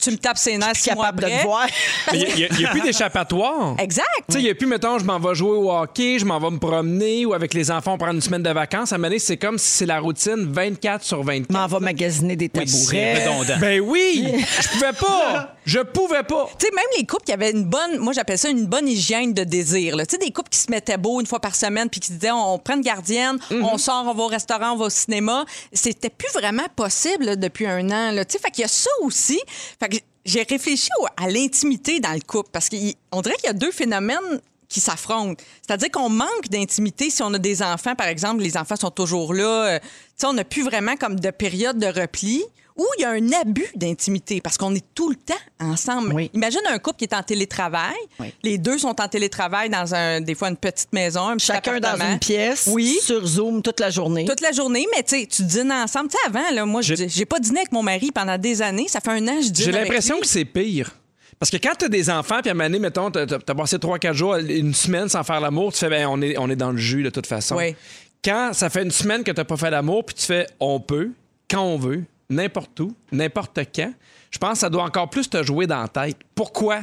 S4: tu me tapes ses nerfs
S2: Je
S4: six
S2: suis
S4: mois
S2: capable de
S4: après.
S2: le voir.
S3: Il n'y a, plus d'échappatoire.
S4: Exact.
S3: Tu sais, il n'y a plus, mettons, je m'en vais jouer au hockey, je m'en vais me promener ou avec les enfants prendre une semaine de vacances. À un moment donné, c'est comme si c'est la routine 24 sur 24.
S2: M'en va magasiner des
S1: C'est
S2: tabourets.
S1: redondant.
S3: Ben oui! Je pouvais pas! Je pouvais pas!
S4: Tu sais, même les couples qui avaient une bonne, moi j'appelle ça une bonne hygiène de désir. là. Tu sais, des couples qui se mettaient beau une fois par semaine puis qui se disaient on, on prend une gardienne, on sort, on va au restaurant, on va au cinéma. C'était plus vraiment possible là, depuis un an. Là. Tu sais, fait qu'il y a ça aussi. Fait que j'ai réfléchi au- à l'intimité dans le couple parce qu'on dirait qu'il y a deux phénomènes qui s'affrontent. C'est-à-dire qu'on manque d'intimité si on a des enfants, par exemple, les enfants sont toujours là. Euh, Tu sais, on n'a plus vraiment comme de période de repli. Ou il y a un abus d'intimité parce qu'on est tout le temps ensemble.
S2: Oui.
S4: Imagine un couple qui est en télétravail.
S2: Oui.
S4: Les deux sont en télétravail dans un, des fois une petite maison, un petit
S2: Chacun dans
S4: appartement.
S2: une pièce,
S4: Oui.
S2: sur Zoom toute la journée.
S4: Toute la journée, mais tu sais, tu dînes ensemble. Tu sais, avant, là, moi, je- j'ai pas dîné avec mon mari pendant des années. Ça fait un an que je dîne
S3: J'ai
S4: avec
S3: l'impression
S4: lui.
S3: que c'est pire. Parce que quand t'as des enfants, puis à un moment donné, mettons, t'as t'as- t'as passé 3-4 jours, une semaine sans faire l'amour, tu fais, ben, on est, on est dans le jus de toute façon.
S4: Oui.
S3: Quand ça fait une semaine que t'as pas fait l'amour, puis tu fais, on peut, quand on veut, n'importe où, n'importe quand, je pense que ça doit encore plus te jouer dans la tête. Pourquoi?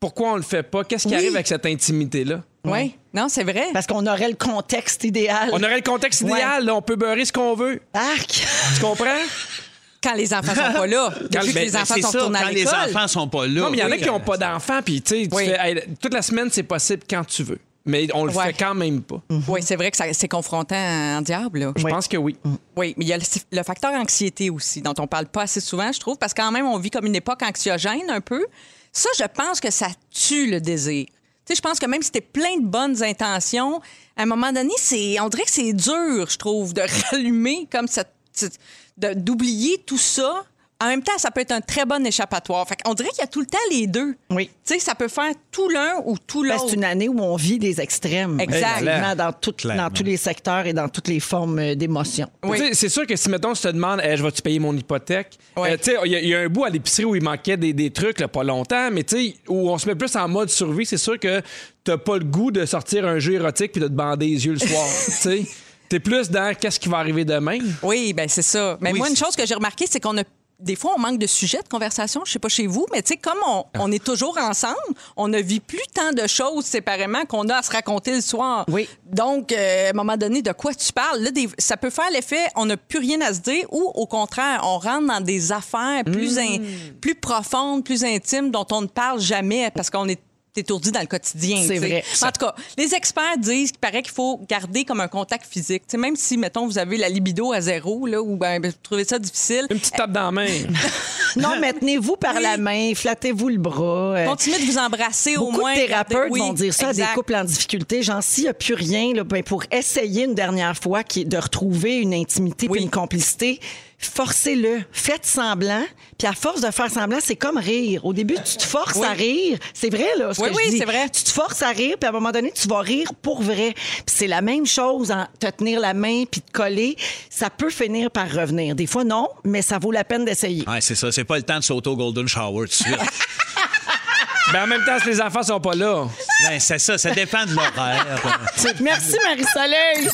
S3: Pourquoi on le fait pas? Qu'est-ce qui
S4: Oui.
S3: arrive avec cette intimité-là?
S4: Oui, non, c'est vrai.
S2: Parce qu'on aurait le contexte idéal.
S3: On aurait le contexte idéal, là, on peut beurrer ce qu'on veut.
S2: Arc!
S3: Tu comprends?
S4: Quand les enfants sont pas là, depuis que
S3: ben,
S4: les enfants
S1: C'est
S4: sont
S1: ça,
S4: retournés à
S1: quand les
S4: l'école.
S1: enfants sont pas là.
S3: Non, mais il y en a
S1: oui,
S3: qui n'ont
S1: euh,
S3: pas d'enfants, puis tu sais, tu
S4: Oui.
S3: fais, Hey, toute la semaine, c'est possible quand tu veux. Mais on le
S4: Ouais.
S3: fait quand même pas.
S4: Oui, c'est vrai que ça- c'est confrontant en diable. là.
S3: Je pense que oui.
S4: Oui, mais il y a le, le facteur anxiété aussi, dont on parle pas assez souvent, je trouve, parce que quand même, on vit comme une époque anxiogène un peu. Ça, je pense que ça tue le désir. Tu sais, je pense que même si t'es plein de bonnes intentions, à un moment donné, c'est, on dirait que c'est dur, je trouve, de rallumer comme ça, cette- de- d'oublier tout ça. En même temps, ça peut être un très bon échappatoire. Fait on dirait qu'il y a tout le temps les deux.
S2: Oui.
S4: Tu sais, ça peut faire tout l'un ou tout
S2: Ben,
S4: l'autre.
S2: c'est une année où on vit des extrêmes.
S4: Exact.
S2: Effectivement, Dans, toutes-
S1: Clairement.
S2: dans tous les secteurs et dans toutes les formes euh, d'émotions.
S4: Oui.
S3: Tu sais, C'est sûr que si, mettons, tu te demandes, Hey, je vais-tu payer mon hypothèque?
S4: Ouais.
S3: Euh, tu sais, il y, a- il y a un bout à l'épicerie où il manquait des, des trucs, là, pas longtemps, mais tu sais, où on se met plus en mode survie, c'est sûr que t'as pas le goût de sortir un jeu érotique puis de te bander les yeux le soir. tu sais, t'es plus dans qu'est-ce qui va arriver demain.
S4: Oui, ben c'est ça. Mais
S1: Oui,
S4: moi, une
S1: c'est-
S4: chose que j'ai remarquée, c'est qu'on a des fois, on manque de sujets de conversation. Je sais pas chez vous, mais tu sais, comme on,
S2: Ah.
S4: on est toujours ensemble, on ne vit plus tant de choses séparément qu'on a à se raconter le soir.
S2: Oui.
S4: Donc, euh, à un moment donné, de quoi tu parles? Là, des- ça peut faire l'effet, on n'a plus rien à se dire, ou au contraire, on rentre dans des affaires plus, in-
S2: Mm.
S4: plus profondes, plus intimes, dont on ne parle jamais parce qu'on est étourdi dans le quotidien.
S2: C'est
S4: tu sais.
S2: vrai.
S4: En tout cas, les experts disent qu'il paraît qu'il faut garder comme un contact physique. Tu sais, même si, mettons, vous avez la libido à zéro, là, ou ben, ben, vous trouvez ça difficile,
S2: Euh,
S3: Une petite tape dans la main.
S2: Non, mais tenez-vous par
S4: Oui.
S2: la main, flattez-vous le bras. euh,
S4: continuez de vous embrasser au
S2: Beaucoup
S4: moins.
S2: de thérapeutes
S4: gardez- oui,
S2: vont dire ça à
S4: exact.
S2: des couples en difficulté. Genre, s'il n'y a plus rien, là, ben, pour essayer une dernière fois qui est de retrouver une intimité
S4: Oui.
S2: puis une complicité, forcez-le. Faites semblant. Puis à force de faire semblant, c'est comme rire. Au début, tu te forces à rire. C'est vrai, là, ce
S4: Oui,
S2: que
S4: oui,
S2: je dis.
S4: c'est vrai.
S2: Tu te forces à rire, puis à un moment donné, tu vas rire pour vrai. Puis c'est la même chose, en te tenir la main puis te coller. Ça peut finir par revenir. Des fois, non, mais ça vaut la peine d'essayer.
S1: Ouais, c'est ça. C'est pas le temps de sauter au Golden Shower tout de suite.
S3: Mais Ben, en même temps, si les enfants sont pas là,
S1: Ben, c'est ça. Ça dépend de l'horaire.
S2: Merci, Marie-Soleil.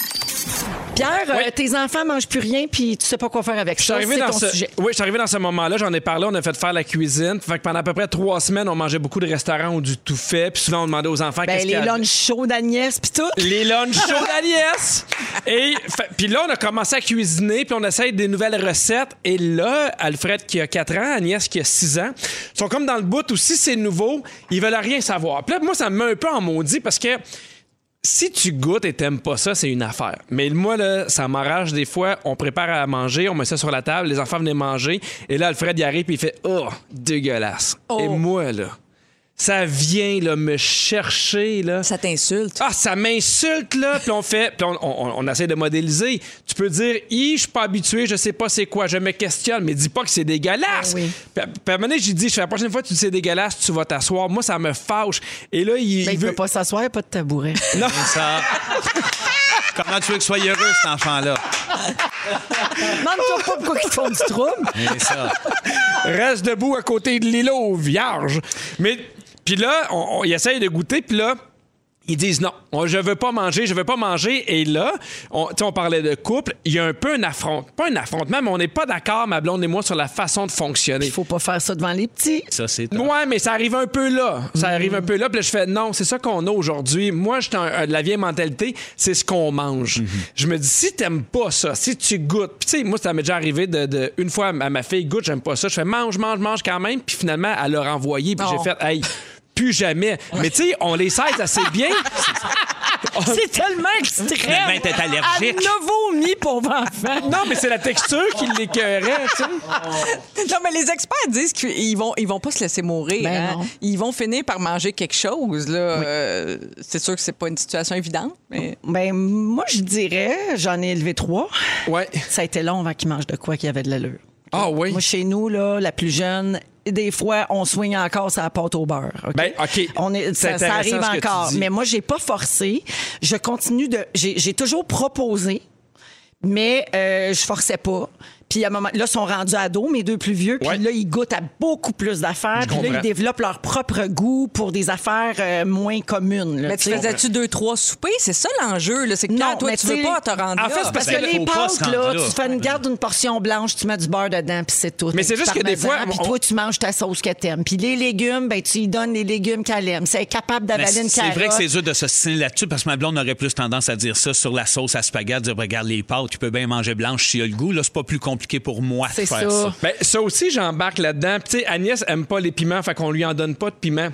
S2: Pierre, euh, tes enfants mangent plus rien puis tu sais pas quoi faire avec
S3: Je suis
S2: ça.
S3: arrivé
S2: C'est
S3: dans
S2: ton
S3: ce...
S2: sujet.
S3: Oui, je suis arrivé dans ce moment-là. J'en ai parlé. On a fait faire la cuisine. Fait que pendant à peu près trois semaines, on mangeait beaucoup de restaurants ou du tout fait. Puis souvent, on demandait aux enfants
S2: Ben,
S3: qu'est-ce
S2: les
S3: qu'il y a-
S2: lunchs chauds d'Agnès puis tout.
S3: Les lunchs chauds d'Aliès! Et fait- puis là, on a commencé à cuisiner, puis on essaye des nouvelles recettes. Et là, Alfred qui a 4 ans, Agnès qui a 6 ans, sont comme dans le bout où si c'est nouveau, ils veulent rien savoir. Puis là, moi, ça me met un peu en maudit parce que si tu goûtes et t'aimes pas ça, c'est une affaire. Mais moi, là, ça m'arrache des fois. On prépare à manger, on met ça sur la table, les enfants venaient manger. Et là, Alfred y arrive, puis il fait Oh, dégueulasse. Et moi, là, ça vient là, me chercher. Là.
S4: Ça t'insulte.
S3: Ah, ça m'insulte, là. Puis on fait, puis on, on- on essaie de modéliser. Tu peux dire, hi, je suis pas habitué, je sais pas c'est quoi, je me questionne, mais dis pas que c'est dégueulasse.
S2: Ah oui.
S3: Puis à- puis à un moment donné, j'ai dit, je fais, la prochaine fois que tu dis c'est dégueulasse, tu vas t'asseoir. Moi, ça me fâche. Et là, il,
S2: Ben,
S3: il
S2: il
S3: veut.
S2: peut pas s'asseoir, pas de tabouret.
S1: C'est ça. Comment tu veux que soit heureux, cet enfant-là?
S2: Demande-toi pas pourquoi ils font du trouble.
S1: C'est ça.
S3: Reste debout à côté de l'îlot, vierge. Mais, puis là, on, on- il essaye de goûter, puis là, Ils disent non, on- je veux pas manger, je veux pas manger. Et là, on, tu sais, on parlait de couple, il y a un peu un affront, pas un affrontement, mais on n'est pas d'accord, ma blonde et moi, sur la façon de fonctionner.
S2: Il faut pas faire ça devant les petits.
S1: Ça, c'est top.
S3: Ouais, mais ça arrive un peu là. Ça arrive un peu là. Puis là, je fais non, c'est ça qu'on a aujourd'hui. Moi, j'étais un- un de la vieille mentalité, c'est ce qu'on mange. Je me dis, si t'aimes pas ça, si tu goûtes. Puis, tu sais, moi, ça m'est déjà arrivé de, de- une fois à ma à ma fille, goûte, j'aime pas ça. Je fais mange, mange, mange quand même. Puis finalement, elle l'a renvoyé. Puis
S4: Oh.
S3: j'ai fait, hey, plus jamais. Mais tu sais, on les cesse assez bien.
S2: C'est tellement extrême.
S1: Finalement, t'es allergique.
S2: Elle a vomi pour enfant.
S3: Non, mais c'est la texture qui l'écœurait, tu sais.
S4: Non, mais les experts disent qu'ils vont, ils vont pas se laisser mourir.
S2: Ben
S4: hein.
S2: non.
S4: Ils vont finir par manger quelque chose. Là. Euh, c'est sûr que c'est pas une situation évidente, mais
S2: Ben, moi, je dirais, j'en ai élevé trois.
S3: Ouais.
S2: Ça a été long avant qu'ils mangent de quoi qui avait de l'allure.
S3: Ah oui.
S2: Moi, chez nous, là, la plus jeune, des fois, on soigne encore sa pâte au beurre. OK?
S3: Ben, OK.
S2: On est, ça,
S3: C'est
S2: ça
S3: intéressant
S2: arrive
S3: ce que tu
S2: encore.
S3: dis.
S2: Mais moi, j'ai pas forcé. Je continue de. J'ai j'ai toujours proposé, mais euh, je forçais pas. Puis à un moment, là, ils sont rendus ados, mes deux plus vieux. Puis
S3: Ouais.
S2: là, ils goûtent à beaucoup plus d'affaires. Puis là,
S3: comprends.
S2: ils développent leur propre goût pour des affaires euh, moins communes. là,
S4: Mais tu
S2: sais.
S4: faisais-tu deux, trois soupers? C'est ça l'enjeu. là. C'est que
S2: Non,
S4: quand toi,
S2: mais
S4: tu veux
S2: t'sais-
S4: pas te rendre
S3: En
S4: là.
S3: fait, c'est parce
S2: Parce
S1: Ben,
S2: que les
S1: faut pas se
S2: pâtes, là,
S1: rendre là.
S2: tu fais une garde d'une portion blanche, tu mets du beurre dedans, puis c'est tout.
S3: Mais c'est
S2: Avec
S3: juste
S2: du
S3: que des
S2: parmesan,
S3: fois,
S2: Puis
S3: on-
S2: toi, tu manges ta sauce que t'aimes. Puis les légumes, ben tu y donnes les légumes qu'elle aime. C'est capable
S1: Mais
S2: d'avaler
S1: C'est
S2: une
S1: c'est
S2: carotte.
S1: vrai que c'est dur de s'ostiner là-dessus parce que ma blonde aurait plus tendance à dire ça sur la sauce à spaghetti, dire regarde les pâtes, tu peux bien manger blanche s'il y a le goût. Là, c'est pas plus compliqué pour moi de
S2: C'est
S1: faire ça.
S2: ça.
S3: Ben, ça aussi, j'embarque là-dedans. Puis, tu sais, Agnès aime pas les piments, fait qu'on lui en donne pas de piment.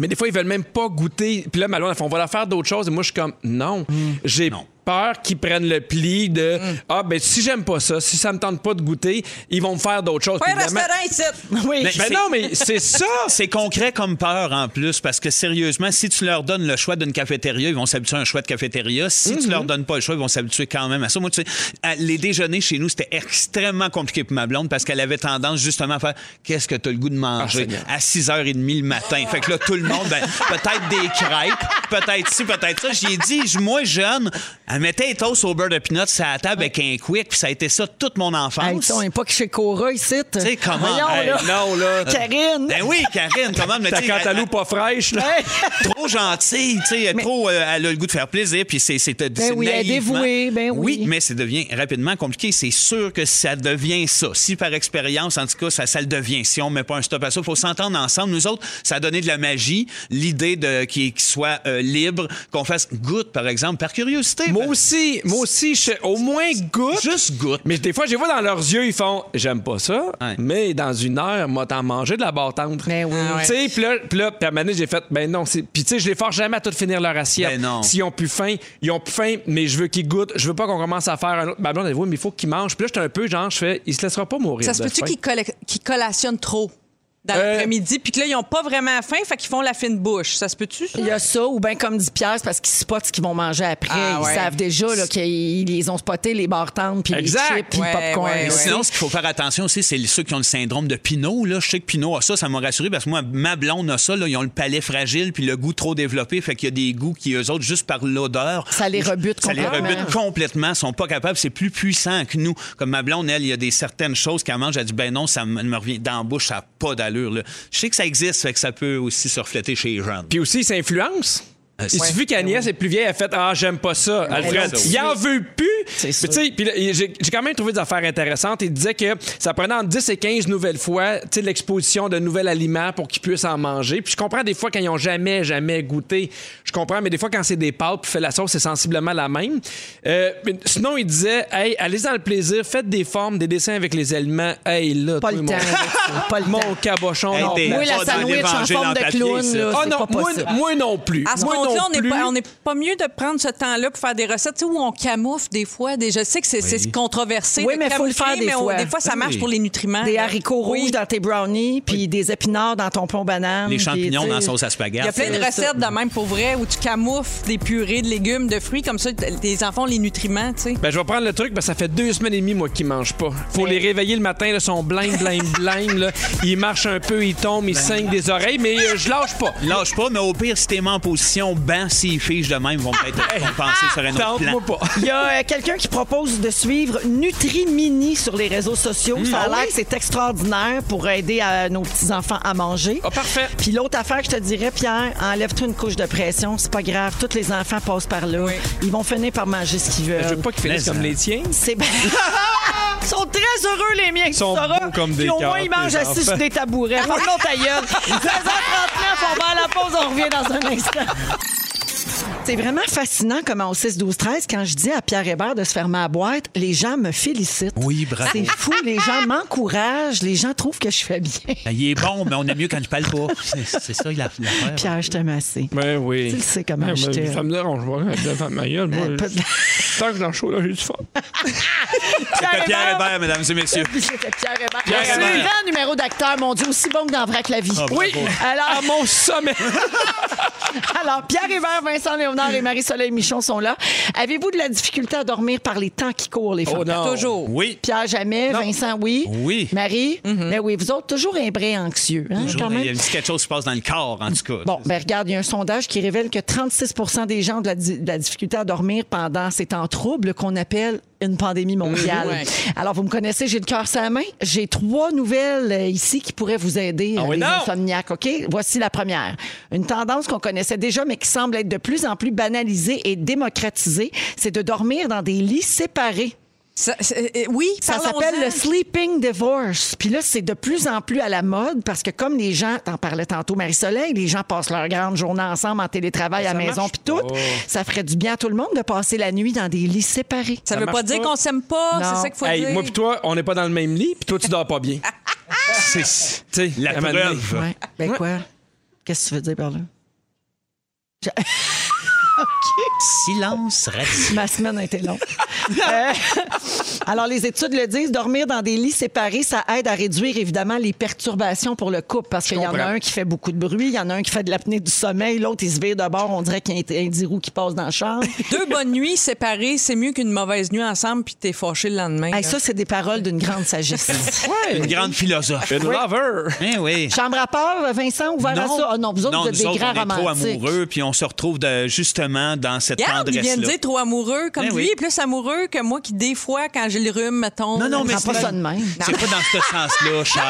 S3: Mais des fois, ils veulent même pas goûter. Puis là, Malone, elle fait, on va leur faire d'autres choses. Et moi, je suis comme, Mm. non, j'ai peur qu'ils prennent le pli de, ah, ben, si j'aime pas ça, si ça me tente pas de goûter, ils vont me faire d'autres choses.
S4: Pas
S3: Puis
S4: un
S3: évidemment-
S4: restaurant ici.
S2: Oui.
S1: Mais-
S3: Ben
S1: C'est-
S3: non, mais c'est ça.
S1: C'est concret comme peur en plus, parce que sérieusement, si tu leur donnes le choix d'une cafétéria, ils vont s'habituer à un choix de cafétéria. Si tu leur donnes pas le choix, ils vont s'habituer quand même à ça. Moi, tu sais, à- les déjeuners chez nous, c'était extrêmement compliqué pour ma blonde parce qu'elle avait tendance justement à faire qu'est-ce que tu as le goût de manger
S3: Seigneur.
S1: à 6h30 le matin. Fait que là, tout le monde, ben, peut-être des crêpes, peut-être ci, peut-être ça. J'y ai dit, je- moi, jeune, elle mettait les toasts au beurre de peanuts à la table avec un quick, puis ça a été ça toute mon
S2: Hey,
S1: enfance.
S2: on n'est pas que chez Cora ici. Tu
S1: sais comment, hey,
S3: non, là.
S2: Karine.
S1: Ben oui, Karine, comment me
S3: Ta
S1: dire-
S3: cantaloupe pas fraîche, là.
S2: Hey.
S1: trop gentille, tu sais, trop, euh, elle a le goût de faire plaisir, puis c'est, c'est, c'est
S2: Ben oui, elle est
S1: naïvement.
S2: dévouée, ben oui.
S1: mais ça devient rapidement compliqué. C'est sûr que ça devient ça. Si par expérience, en tout cas, ça, ça le devient. Si on met pas un stop à ça, faut s'entendre ensemble. Nous autres, ça a donné de la magie, l'idée de qu'il, qu'il soit euh, libre, qu'on fasse goûte, par exemple, par curiosité.
S3: Moi
S1: Ben,
S3: aussi, moi aussi, je- au moins goûte.
S1: Juste goûte.
S3: Mais des fois, je les vois dans leurs yeux, ils font J'aime pas ça,
S1: Ouais.
S3: mais dans une heure, moi, t'en manger de la barre tendre.
S2: Ben oui.
S3: Tu sais, puis là, puis là, puis à un moment donné, j'ai fait Ben non, c'est. Puis tu sais, je les force jamais à tout finir leur assiette.
S1: Ben non.
S3: S'ils ont plus faim, ils ont plus faim, mais je veux qu'ils goûtent. Je veux pas qu'on commence à faire un autre. Ma blonde, elle dit Oui, mais il faut qu'ils mangent. Puis là, j'étais un peu genre, je fais Il se laissera pas mourir.
S4: Ça se
S3: de
S4: peut-tu
S3: faim.
S4: qu'ils colle- qu'ils collationnent trop dans
S3: Euh,
S4: l'après-midi, puis que là, ils ont pas vraiment faim, fait qu'ils font la fine bouche. Ça se peut-tu? ça?
S3: Euh,
S2: Il y a ça, ou bien comme dit Pierre, c'est parce qu'ils spotent ce qu'ils vont manger après.
S4: Ah, ouais.
S2: Ils savent déjà là, qu'ils ils ont spoté les bartendes, puis les chips,
S3: Exact.
S2: puis
S4: Ouais,
S2: le popcorn.
S4: ouais,
S2: là.
S4: ouais.
S1: Sinon, ce qu'il faut faire attention aussi, c'est ceux qui ont le syndrome de Pinot. Là. Je sais que Pinot a ça, ça m'a rassuré parce que moi, ma blonde a ça. Là. Ils ont le palais fragile puis le goût trop développé. Fait qu'il y a des goûts qui, eux autres, juste par l'odeur.
S2: Ça les rebute
S1: Ça les
S2: complètement.
S1: rebute complètement. sont pas capables. C'est plus puissant que nous. Comme ma blonde, elle, il y a des certaines choses qu'elle mange. Elle dit, ben non, ça me me revient dans la bouche, ça n'a pas d'allure. là. Je sais que ça existe, fait que ça peut aussi se refléter chez les jeunes.
S3: Puis aussi, ils s'influencent.
S1: Euh,
S3: Il
S1: ouais.
S3: suffit qu'Agnès est plus vieille, elle fait Ah, j'aime pas ça. Alfred,
S1: l'autre,
S3: il en veut plus.
S2: C'est
S3: Puis,
S2: sûr.
S3: tu sais, puis là, j'ai j'ai quand même trouvé des affaires intéressantes. Il disait que ça prenait entre 10 et 15 nouvelles fois tu sais, l'exposition de nouveaux aliments pour qu'ils puissent en manger. Puis je comprends des fois quand ils n'ont jamais, jamais goûté. Je comprends, mais des fois quand c'est des pâtes, puis fait la sauce, c'est sensiblement la même. Euh, mais sinon, il disait Hey, allez dans le plaisir, faites des formes, des dessins avec les aliments. Hey, là,
S2: Pas
S3: toi,
S2: le
S3: mon-
S2: temps. là. Pas le
S3: mon,
S2: temps.
S3: cabochon.
S1: Hey,
S3: non,
S1: t'es-
S2: Moi,
S1: Pas
S2: la
S1: dans
S2: sandwich en
S1: l'évangile en
S2: forme de
S1: papier,
S2: clown,
S1: ça.
S2: là,
S3: Ah
S2: c'est
S3: non,
S2: pas
S3: moi,
S2: possible.
S3: moi non plus.
S4: À ce
S3: Moi non
S4: compte-là, on n'est
S3: plus.
S4: pas, on n'est pas mieux de prendre ce temps-là pour faire des recettes tu sais, où on camoufle des fois. Des, je sais que c'est c'est controversé.
S2: Oui,
S4: de
S2: mais faut
S4: camoufler,
S2: le faire des
S4: mais on-
S2: fois.
S4: des fois, ça marche
S1: Oui.
S4: pour les nutriments.
S2: Des
S4: Ah, là.
S2: haricots
S4: Oui.
S2: rouges dans tes brownies, puis des épinards dans ton plomb banane.
S1: Les
S2: puis,
S1: champignons
S2: tu sais,
S1: dans la sauce à
S4: Il y a
S1: spaghetti.
S4: plein de
S2: c'est
S4: recettes de même pour vrai où tu camoufles des purées de légumes, de fruits, comme ça, t- les enfants ont les nutriments, tu sais.
S3: Ben, je vais prendre le truc, ben, ça fait deux semaines et demie, moi, qu'ils mangent pas. Faut les réveiller le matin, là, sont bling, bling, bling, là. Ils marchent un peu, ils tombent, ils saignent des oreilles, mais euh, je lâche pas.
S1: Lâche pas, mais au pire, si t'es mis en position, ben, s'ils figent de même, ils vont peut-être compenser sur un autre plan.
S3: Tente-moi pas.
S2: Il y a euh, quelqu'un qui propose de suivre Nutrimini sur les réseaux sociaux. Ça a l'air que c'est extraordinaire pour aider à nos petits-enfants à manger.
S3: Ah, parfait.
S2: Puis l'autre affaire que je te dirais, Pierre, enlève-toi une couche de pression. C'est pas grave. Tous les enfants passent par là. Ils vont finir par manger ce qu'ils veulent.
S3: Ben, Je veux pas qu'ils finissent
S1: Mais,
S3: comme
S1: euh,
S3: les tiens.
S2: C'est bien. Ils sont très heureux, les miens, tu
S3: sont
S2: sauras.
S3: beaux comme des
S2: Puis au moins,
S3: carottes,
S2: ils mangent
S3: les
S2: assis sur
S3: enfants.
S2: des tabourets. Faut que l'on ta gueule. 16h39, on va à la pause, on revient dans un instant. C'est vraiment fascinant comment au 6 12 13 quand je dis à Pierre Hébert de se fermer à boîte, les gens me félicitent.
S1: Oui, bravo.
S2: C'est fou, les gens m'encouragent, les gens trouvent que je fais bien.
S1: Ben, il est bon, mais on aime mieux quand il parle pas. C'est c'est ça, il a l'affaire.
S2: Pierre, je t'aime assez.
S3: Ben oui.
S2: Tu le sais comment je
S3: mais
S2: t'aime.
S3: Ça me dérange pas. avec la femme, ma gueule, moi,
S2: Euh, pas de-
S3: je- Tant que dans le show, là, j'ai du fun.
S1: C'était Pierre
S2: Hébert.
S1: Hébert, mesdames et messieurs.
S2: Puis c'était Pierre Hébert.
S1: Pierre
S2: C'est
S1: Hébert.
S2: un grand numéro d'acteur, mon Dieu, aussi bon que dans Vrac la vie.
S1: Ah, bravo.
S3: Oui.
S2: Alors,
S3: À mon sommet.
S2: Alors, Pierre Hébert, Vincent Léonard et Marie-Soleil Michon sont là. Avez-vous de la difficulté à dormir par les temps qui courent, les femmes?
S4: Toujours.
S1: Oui.
S2: Pierre, jamais. Vincent, oui.
S1: Oui.
S2: Marie, ben oui, vous autres, toujours un brin anxieux, hein,
S1: Toujours,
S2: quand
S1: Il y a
S2: même.
S1: un petit quelque chose qui se passe dans le corps, en tout cas.
S2: Bon, ben regarde, il y a un sondage qui révèle que 36 des gens ont de la, di- de la difficulté à dormir pendant ces temps troubles qu'on appelle une pandémie mondiale.
S4: ouais.
S2: Alors, vous me connaissez, j'ai le cœur sur la main. J'ai trois nouvelles euh, ici qui pourraient vous aider,
S3: Ah
S2: euh,
S3: oui,
S2: les
S3: non?
S2: insomniaques, OK? Voici la première. Une tendance qu'on connaissait déjà, mais qui semble être de plus en plus banalisée et démocratisée, c'est de dormir dans des lits séparés.
S4: Ça- c'est- euh, oui,
S2: Ça
S4: parlons-en.
S2: s'appelle le sleeping divorce. Puis là, c'est de plus en plus à la mode parce que comme les gens, t'en parlais tantôt, Marie-Soleil, les gens passent leur grande journée ensemble en télétravail à la maison puis tout. Ça ferait du bien à tout le monde de passer la nuit dans des lits séparés.
S4: Ça, veut
S3: marche
S4: pas dire
S3: pas.
S4: qu'on s'aime pas,
S2: Non.
S4: c'est ça qu'il faut
S3: Hey,
S4: dire.
S3: moi pis toi, on n'est pas dans le même lit, puis toi, tu dors pas bien.
S1: c'est
S3: Tu sais,
S1: la
S3: à un moment donné.
S1: preuve.
S2: Ouais. Ben quoi? Qu'est-ce que tu veux dire par là?
S1: Silence radio.
S2: Ma semaine a été longue. Euh, alors, les études le disent, dormir dans des lits séparés, ça aide à réduire évidemment les perturbations pour le couple parce qu'il y en a
S3: comprends.
S2: un qui fait beaucoup de bruit, il y en a un qui fait de l'apnée du sommeil, l'autre, il se vire de bord, on dirait qu'il y a un, un 10 roues qui passe dans le champ.
S4: Deux bonnes nuits séparées, c'est mieux qu'une mauvaise nuit ensemble puis t'es fâché le lendemain. là.
S2: ça, c'est des paroles d'une grande sagesse.
S1: Une grande philosophe.
S3: Une lover.
S1: Eh oui.
S2: Chambre à part, Vincent, ouvert à ça. Ah non, vous autres, vous êtes des
S1: nous
S2: grands
S1: on est trop
S2: romantiques.
S1: amoureux, puis on se retrouve de- justement dans cette
S4: Regarde, il vient de
S1: tendresse-là.
S4: dire trop amoureux. Comme
S1: Ben
S4: lui,
S1: oui.
S4: il est plus amoureux que moi qui, des fois, quand j'ai le rhume, mettons.
S1: Non, non, mais
S2: Prends
S1: c'est
S2: pas ça de même.
S1: C'est pas dans ce sens-là, cher.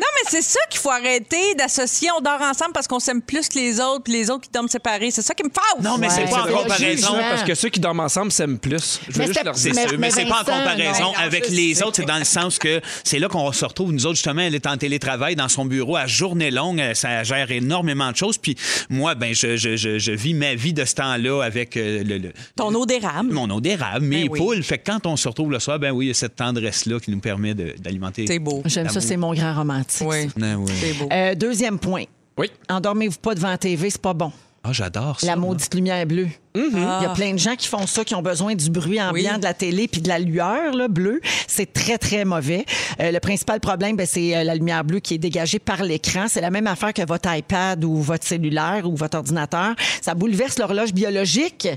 S4: Non, mais c'est ça qu'il faut arrêter d'associer. On dort ensemble parce qu'on s'aime plus que les autres, puis les autres qui dorment séparés. C'est ça qui me fâche.
S1: Non, mais
S2: Ouais.
S1: c'est pas
S2: C'est
S1: en
S2: le
S1: comparaison.
S2: jugement.
S3: Parce que ceux qui dorment ensemble s'aiment plus. Je
S2: Mais
S3: veux juste
S2: c'était-
S3: leur dire.
S1: C'est
S2: Mais-
S1: sûr, mais,
S2: mais
S1: c'est pas en
S2: Vincent,
S1: comparaison
S4: non.
S1: avec
S4: Je
S1: les
S4: sais.
S1: autres. C'est dans le sens que c'est là qu'on se retrouve, nous autres, justement, elle est en télétravail dans son bureau à journée longue. euh, Ça gère énormément de choses. Puis moi, ben, je, je- je- je vis ma vie de ce temps-là avec euh, le, le-
S4: Ton eau d'érable.
S1: mon eau d'érable, mes
S4: Ben oui.
S1: poules. Fait que quand on se retrouve le soir, ben oui, il y a cette tendresse-là qui nous permet de- d'alimenter.
S4: C'est beau.
S2: J'aime ça,
S1: L'amour.
S2: c'est mon grand romantique.
S4: Oui.
S1: Ah, oui.
S4: C'est beau.
S2: Euh, deuxième point.
S3: Oui.
S2: Endormez-vous pas devant la TV, c'est pas bon.
S1: Ah, j'adore ça.
S2: La maudite lumière bleue. Il y a plein de gens qui font ça, qui ont besoin du bruit ambiant
S4: Oui.
S2: de la télé puis de la lueur là, bleue. C'est très, très mauvais. Euh, le principal problème, ben, c'est euh, la lumière bleue qui est dégagée par l'écran. C'est la même affaire que votre iPad ou votre cellulaire ou votre ordinateur. Ça bouleverse l'horloge biologique,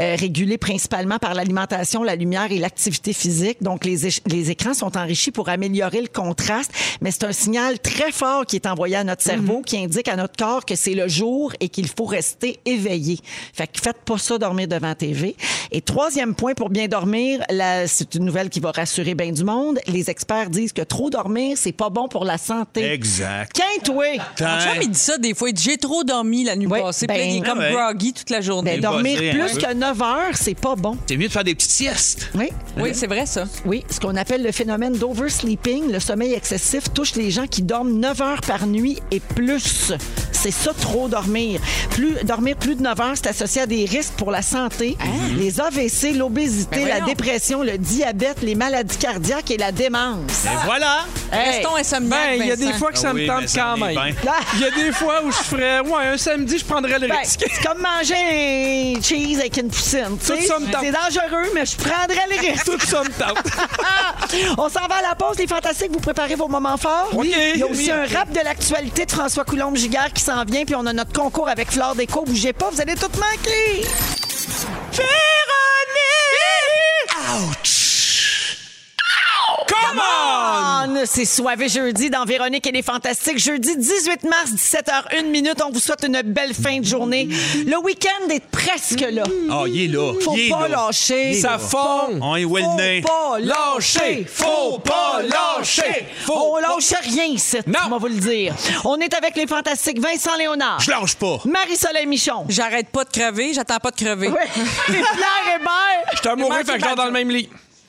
S2: euh, régulée principalement par l'alimentation, la lumière et l'activité physique. Donc, les, éch- les écrans sont enrichis pour améliorer le contraste, mais c'est un signal très fort qui est envoyé à notre cerveau, qui indique à notre corps que c'est le jour et qu'il faut rester éveillé. Fait que faites pas ça dormir devant TV. Et troisième point pour bien dormir, là, c'est une nouvelle qui va rassurer bien du monde. Les experts disent que trop dormir, c'est pas bon pour la santé.
S1: Exact. Hein?
S2: Quintoué!
S4: Mon chum, il dit ça des fois. Il dit J'ai trop dormi la nuit
S2: Oui,
S4: passée.
S2: ben,
S4: Puis là, il est comme
S1: ah ouais.
S4: groggy toute la journée.
S2: Ben, dormir
S1: buzzé un
S2: plus
S1: peu.
S2: que 9 heures, c'est pas bon.
S1: C'est mieux de faire des petites siestes.
S2: Oui.
S4: oui, c'est vrai, ça.
S2: Oui, ce qu'on appelle le phénomène d'oversleeping, le sommeil excessif, touche les gens qui dorment 9 heures par nuit et plus. C'est ça, trop dormir. Plus, dormir plus de 9 heures, c'est associé à des risques pour la santé, Mm-hmm. les AVC, l'obésité,
S4: Ah. Ben
S2: la
S4: voyons.
S2: dépression, le diabète, les maladies cardiaques et la démence.
S1: Et voilà.
S2: Hey!
S4: Ben, Restons
S3: Ben,
S4: insomniaques.
S3: il y a des
S4: Vincent.
S3: fois que ça
S1: Ah oui,
S3: me
S1: mais
S3: tente
S1: ça
S3: quand
S1: en est
S3: même.
S1: bien.
S3: Il y a des fois où je ferais, ouais, un samedi, je prendrais le
S2: Ben,
S3: risque.
S2: c'est comme manger un cheese avec une poutine. tu sais.
S3: Tout ça me tente.
S2: C'est dangereux, mais je prendrais les risques.
S3: Tout ça me tente.
S2: On s'en va à la pause, les fantastiques. Vous préparez vos moments forts.
S3: Oui.
S2: Il y a aussi
S3: Oui.
S2: un rap de l'actualité de François Coulombe-Giguère qui s'en vient. Puis on a notre concours avec Flore Déco. Bougez pas, vous allez tout manquer. Véronique!
S1: Ouch!
S3: Comme
S2: Come on! C'est soivé jeudi dans Véronique et les Fantastiques. Jeudi 18 mars, 17h01 minute. On vous souhaite une belle fin de journée. Le week-end est presque là.
S1: Ah, il est là.
S2: Faut
S1: il est
S2: pas
S1: là.
S2: lâcher.
S3: Ça fond!
S1: On est Wilney.
S2: Faut pas
S3: Lâcher! Faut pas lâcher! Faut
S2: On lâche rien ici,
S3: Non.
S2: on va vous le dire. On est avec les fantastiques Vincent Léonard,
S1: Je lâche pas.
S2: Ben Marie-Soleil Michon,
S4: J'arrête pas de crever, j'attends pas de crever.
S2: Pierre Hébert.
S3: Je suis amoureux, fait que je dors dans le même lit.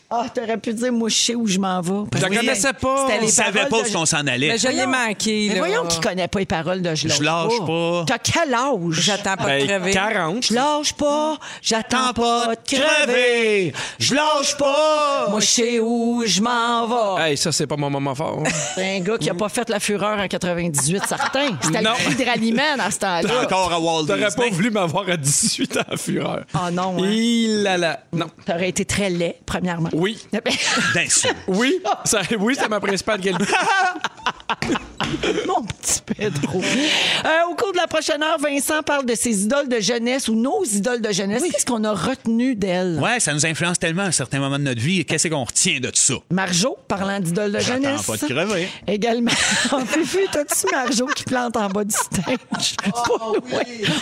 S2: Ah, t'aurais pu dire moucher où je m'en vais. Parce
S3: Je la
S2: que-
S3: connaissais pas.
S2: C'était
S1: On
S2: les
S1: ne savait
S2: paroles
S1: pas
S2: de-
S1: où on s'en allait.
S4: Mais Ben, je l'ai
S2: Voyons.
S4: manqué.
S2: Mais
S4: là.
S2: voyons qui connaît pas les paroles de je lâche
S1: Je lâche pas.
S2: T'as quel âge?
S4: J'attends pas de
S3: Ben,
S4: crever.
S3: 40.
S2: Je lâche pas, j'attends pas de crever.
S1: Je lâche pas.
S2: Moi, je sais où je m'en vais.
S3: Hey, ça, c'est pas mon moment fort.
S2: C'est un gars qui a pas fait la fureur en 98, certain. C'était le
S3: Non.
S2: prix de ralliement à ce temps-là.
S1: Encore à Walt
S3: T'aurais pas
S1: Disney.
S3: voulu m'avoir à 18 ans, fureur.
S2: Ah non, hein.
S3: Il a la. Non.
S2: T'aurais été très laid, premièrement.
S3: Oui.
S1: Bien sûr.
S3: Oui, ça, oui, c'est ma principale qualité.
S2: Mon petit Pedro. Euh, au cours de la prochaine heure, Vincent parle de ses idoles de jeunesse ou nos idoles de jeunesse. Qu'est-ce qu'on a retenu d'elles?
S1: Ouais, ça nous influence tellement à un certain moment de notre vie. Qu'est-ce qu'on retient de ça?
S2: Marjo, parlant d'idoles de
S1: J'attends
S2: jeunesse.
S1: pas de crever.
S2: Également. On peut vu, t'as-tu Marjo qui plante en bas du stage? Pas loin.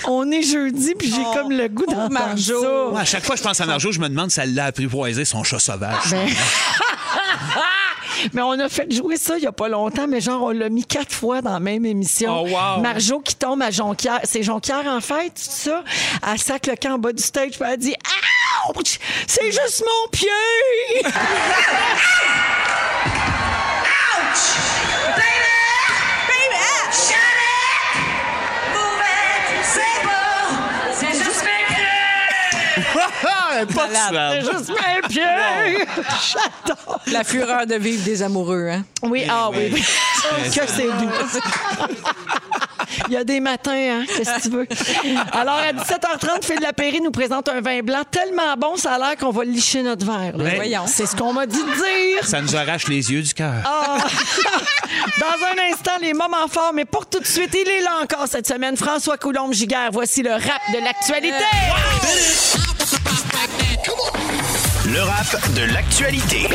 S2: On est jeudi, puis j'ai comme le goût
S4: pauvre
S2: d'entendre
S4: Marjo.
S2: ça.
S1: Ouais, à chaque fois que je pense à Marjo, je me demande si elle l'a apprivoisé son chat sauvage.
S2: Ben- mais on a fait jouer ça il n'y a pas longtemps, mais genre, on l'a mis quatre fois dans la même émission.
S3: Oh, wow.
S2: Marjo qui tombe à Jonquière. C'est Jonquière, en fait, tout ça. Elle sac le camp en bas du stage, puis elle dit « Ouch! C'est juste mon pied!
S5: C'est juste spectacle!
S1: pas de
S3: Ah, ben.
S2: C'est
S1: suave.
S2: juste mon pied! » J'adore!
S4: La fureur de vivre des amoureux. Hein?
S2: Oui, ah oui.
S3: Eh,
S2: que c'est doux. Il y a des matins, hein, qu'est-ce que tu veux. Alors, à 17h30, Phil Lapéry nous présente un vin blanc tellement bon, ça a l'air qu'on va licher notre verre. là.
S1: Ouais.
S4: Voyons.
S2: C'est ce qu'on m'a dit de dire.
S1: Ça nous arrache les yeux du cœur.
S2: Ah. Dans un instant, les moments forts, mais pour tout de suite, il est là encore cette semaine. François Coulombe-Giguère, voici le rap de l'actualité.
S8: Le rap de l'actualité.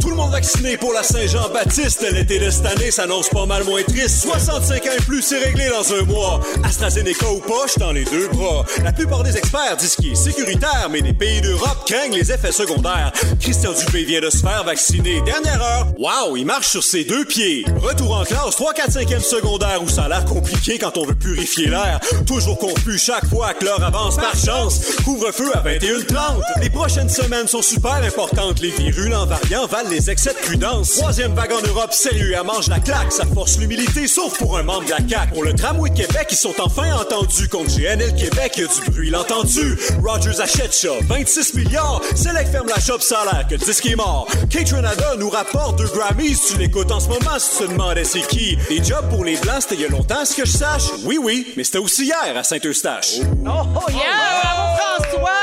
S9: Tout le monde vacciné pour la Saint-Jean-Baptiste. L'été de cette année s'annonce pas mal moins triste. 65 ans et plus, c'est réglé dans un mois. AstraZeneca ou pas, je dans les deux bras. La plupart des experts disent qu'il est sécuritaire, mais les pays d'Europe craignent les effets secondaires. Christian Dubé vient de se faire vacciner. Dernière heure, waouh, il marche sur ses deux pieds. Retour en classe, 3, 4, 5e secondaire où ça a l'air compliqué quand on veut purifier l'air. Toujours confus chaque fois que l'heure avance par chance. Couvre-feu à 21h30. Les prochaines semaines sont super importantes. Les virulents variants valent les excès de prudence. Troisième vague en Europe, sérieux, elle mange la claque. Ça force l'humilité, sauf pour un membre de la CAQ. Pour le tramway de Québec, ils sont enfin entendus. Contre GNL Québec, il y a du bruit, l'entendu. Rogers achète ça, 26 milliards. Select ferme la shop, ça a l'air que le disque est mort. Kate Renada nous rapporte deux Grammys. Tu l'écoutes en ce moment si tu te demandais c'est qui. Les jobs pour les Blancs, c'était il y a longtemps, à ce que je sache. Oui, oui, mais c'était aussi hier à Saint-Eustache.
S2: Oh yeah! Bravo François!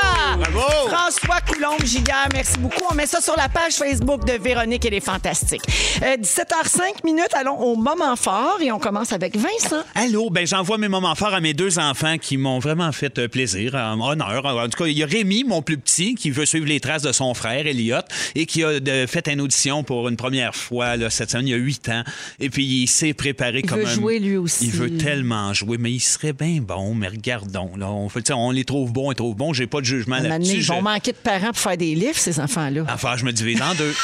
S2: François Coulombe Giguère, merci beaucoup. On met ça sur la page Facebook de Véronique et les Fantastiques. Euh, 17h05 minutes, allons au moment fort et on commence avec Vincent.
S1: Allô, ben j'envoie mes moments forts à mes deux enfants qui m'ont vraiment fait euh, plaisir, euh, honneur. En tout cas, il y a Rémi, mon plus petit, qui veut suivre les traces de son frère, Elliot, et qui a de- fait une audition pour une première fois là, cette semaine, il y a huit ans. Et puis, il s'est préparé comme
S2: veut
S1: un-
S2: jouer, lui aussi.
S1: Il veut tellement jouer, mais il serait bien bon, mais regardons. Là, on, fait, tu sais, on les trouve bons, ils trouvent bons, j'ai pas de jugement
S2: Un moment donné,
S1: là-dessus.
S2: Ils
S1: Je-
S2: vont manquer de parents pour faire des livres, ces enfants-là.
S1: Enfin, je me divise en deux.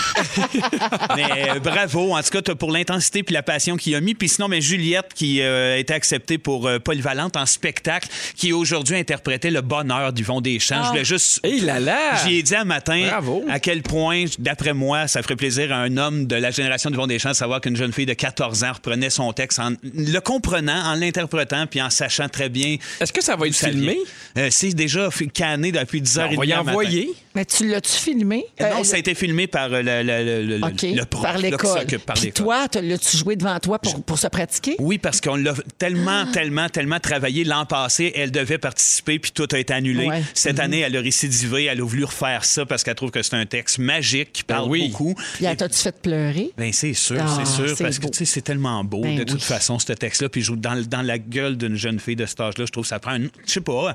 S1: mais euh, bravo, en tout cas, t'as pour l'intensité puis la passion qu'il a mis. Puis sinon, mais Juliette, qui euh, a été acceptée pour euh, Polyvalente en spectacle, qui aujourd'hui interprétait le bonheur d'Yvon Deschamps. Je voulais juste...
S3: Ah. Hey là là!
S1: J'y ai dit un matin
S3: Bravo.
S1: à quel point, d'après moi, ça ferait plaisir à un homme de la génération d'Yvon Deschamps de savoir qu'une jeune fille de 14 ans reprenait son texte en le comprenant, en l'interprétant, puis en sachant très bien...
S3: Est-ce que ça va être
S1: d'où ça
S3: filmé? Ben,
S1: vient. Euh, c'est déjà fi- canné depuis 10 heures
S3: On va y envoyer.
S2: Mais tu l'as-tu filmé?
S1: Eh non,
S2: Euh,
S1: ça a été filmé par euh, le, le, le, le-
S2: OK,
S1: le prof
S2: par
S1: là, qui
S2: l'école.
S1: s'occupe par
S2: Puis
S1: l'école.
S2: toi, tu l'as-tu joué devant toi pour, pour se pratiquer?
S1: Oui, parce qu'on l'a
S2: Ah!
S1: tellement, tellement, tellement travaillé l'an passé. Elle devait participer, puis tout a été annulé.
S2: Ouais. Mhm.
S1: Cette année, elle a récidivé. Elle a voulu refaire ça parce qu'elle trouve que c'est un texte magique qui
S4: Ben
S1: parle
S3: oui.
S1: beaucoup.
S2: Puis elle t'as-tu fait pleurer?
S1: Ben c'est sûr,
S2: Ah,
S1: c'est sûr,
S2: c'est
S1: parce que
S2: beau.
S1: tu sais, c'est tellement beau
S2: Ben
S1: de toute
S2: oui.
S1: façon ce texte-là, puis je joue dans, le- dans la gueule d'une jeune fille de cet âge-là, je trouve que ça prend, une, je sais pas,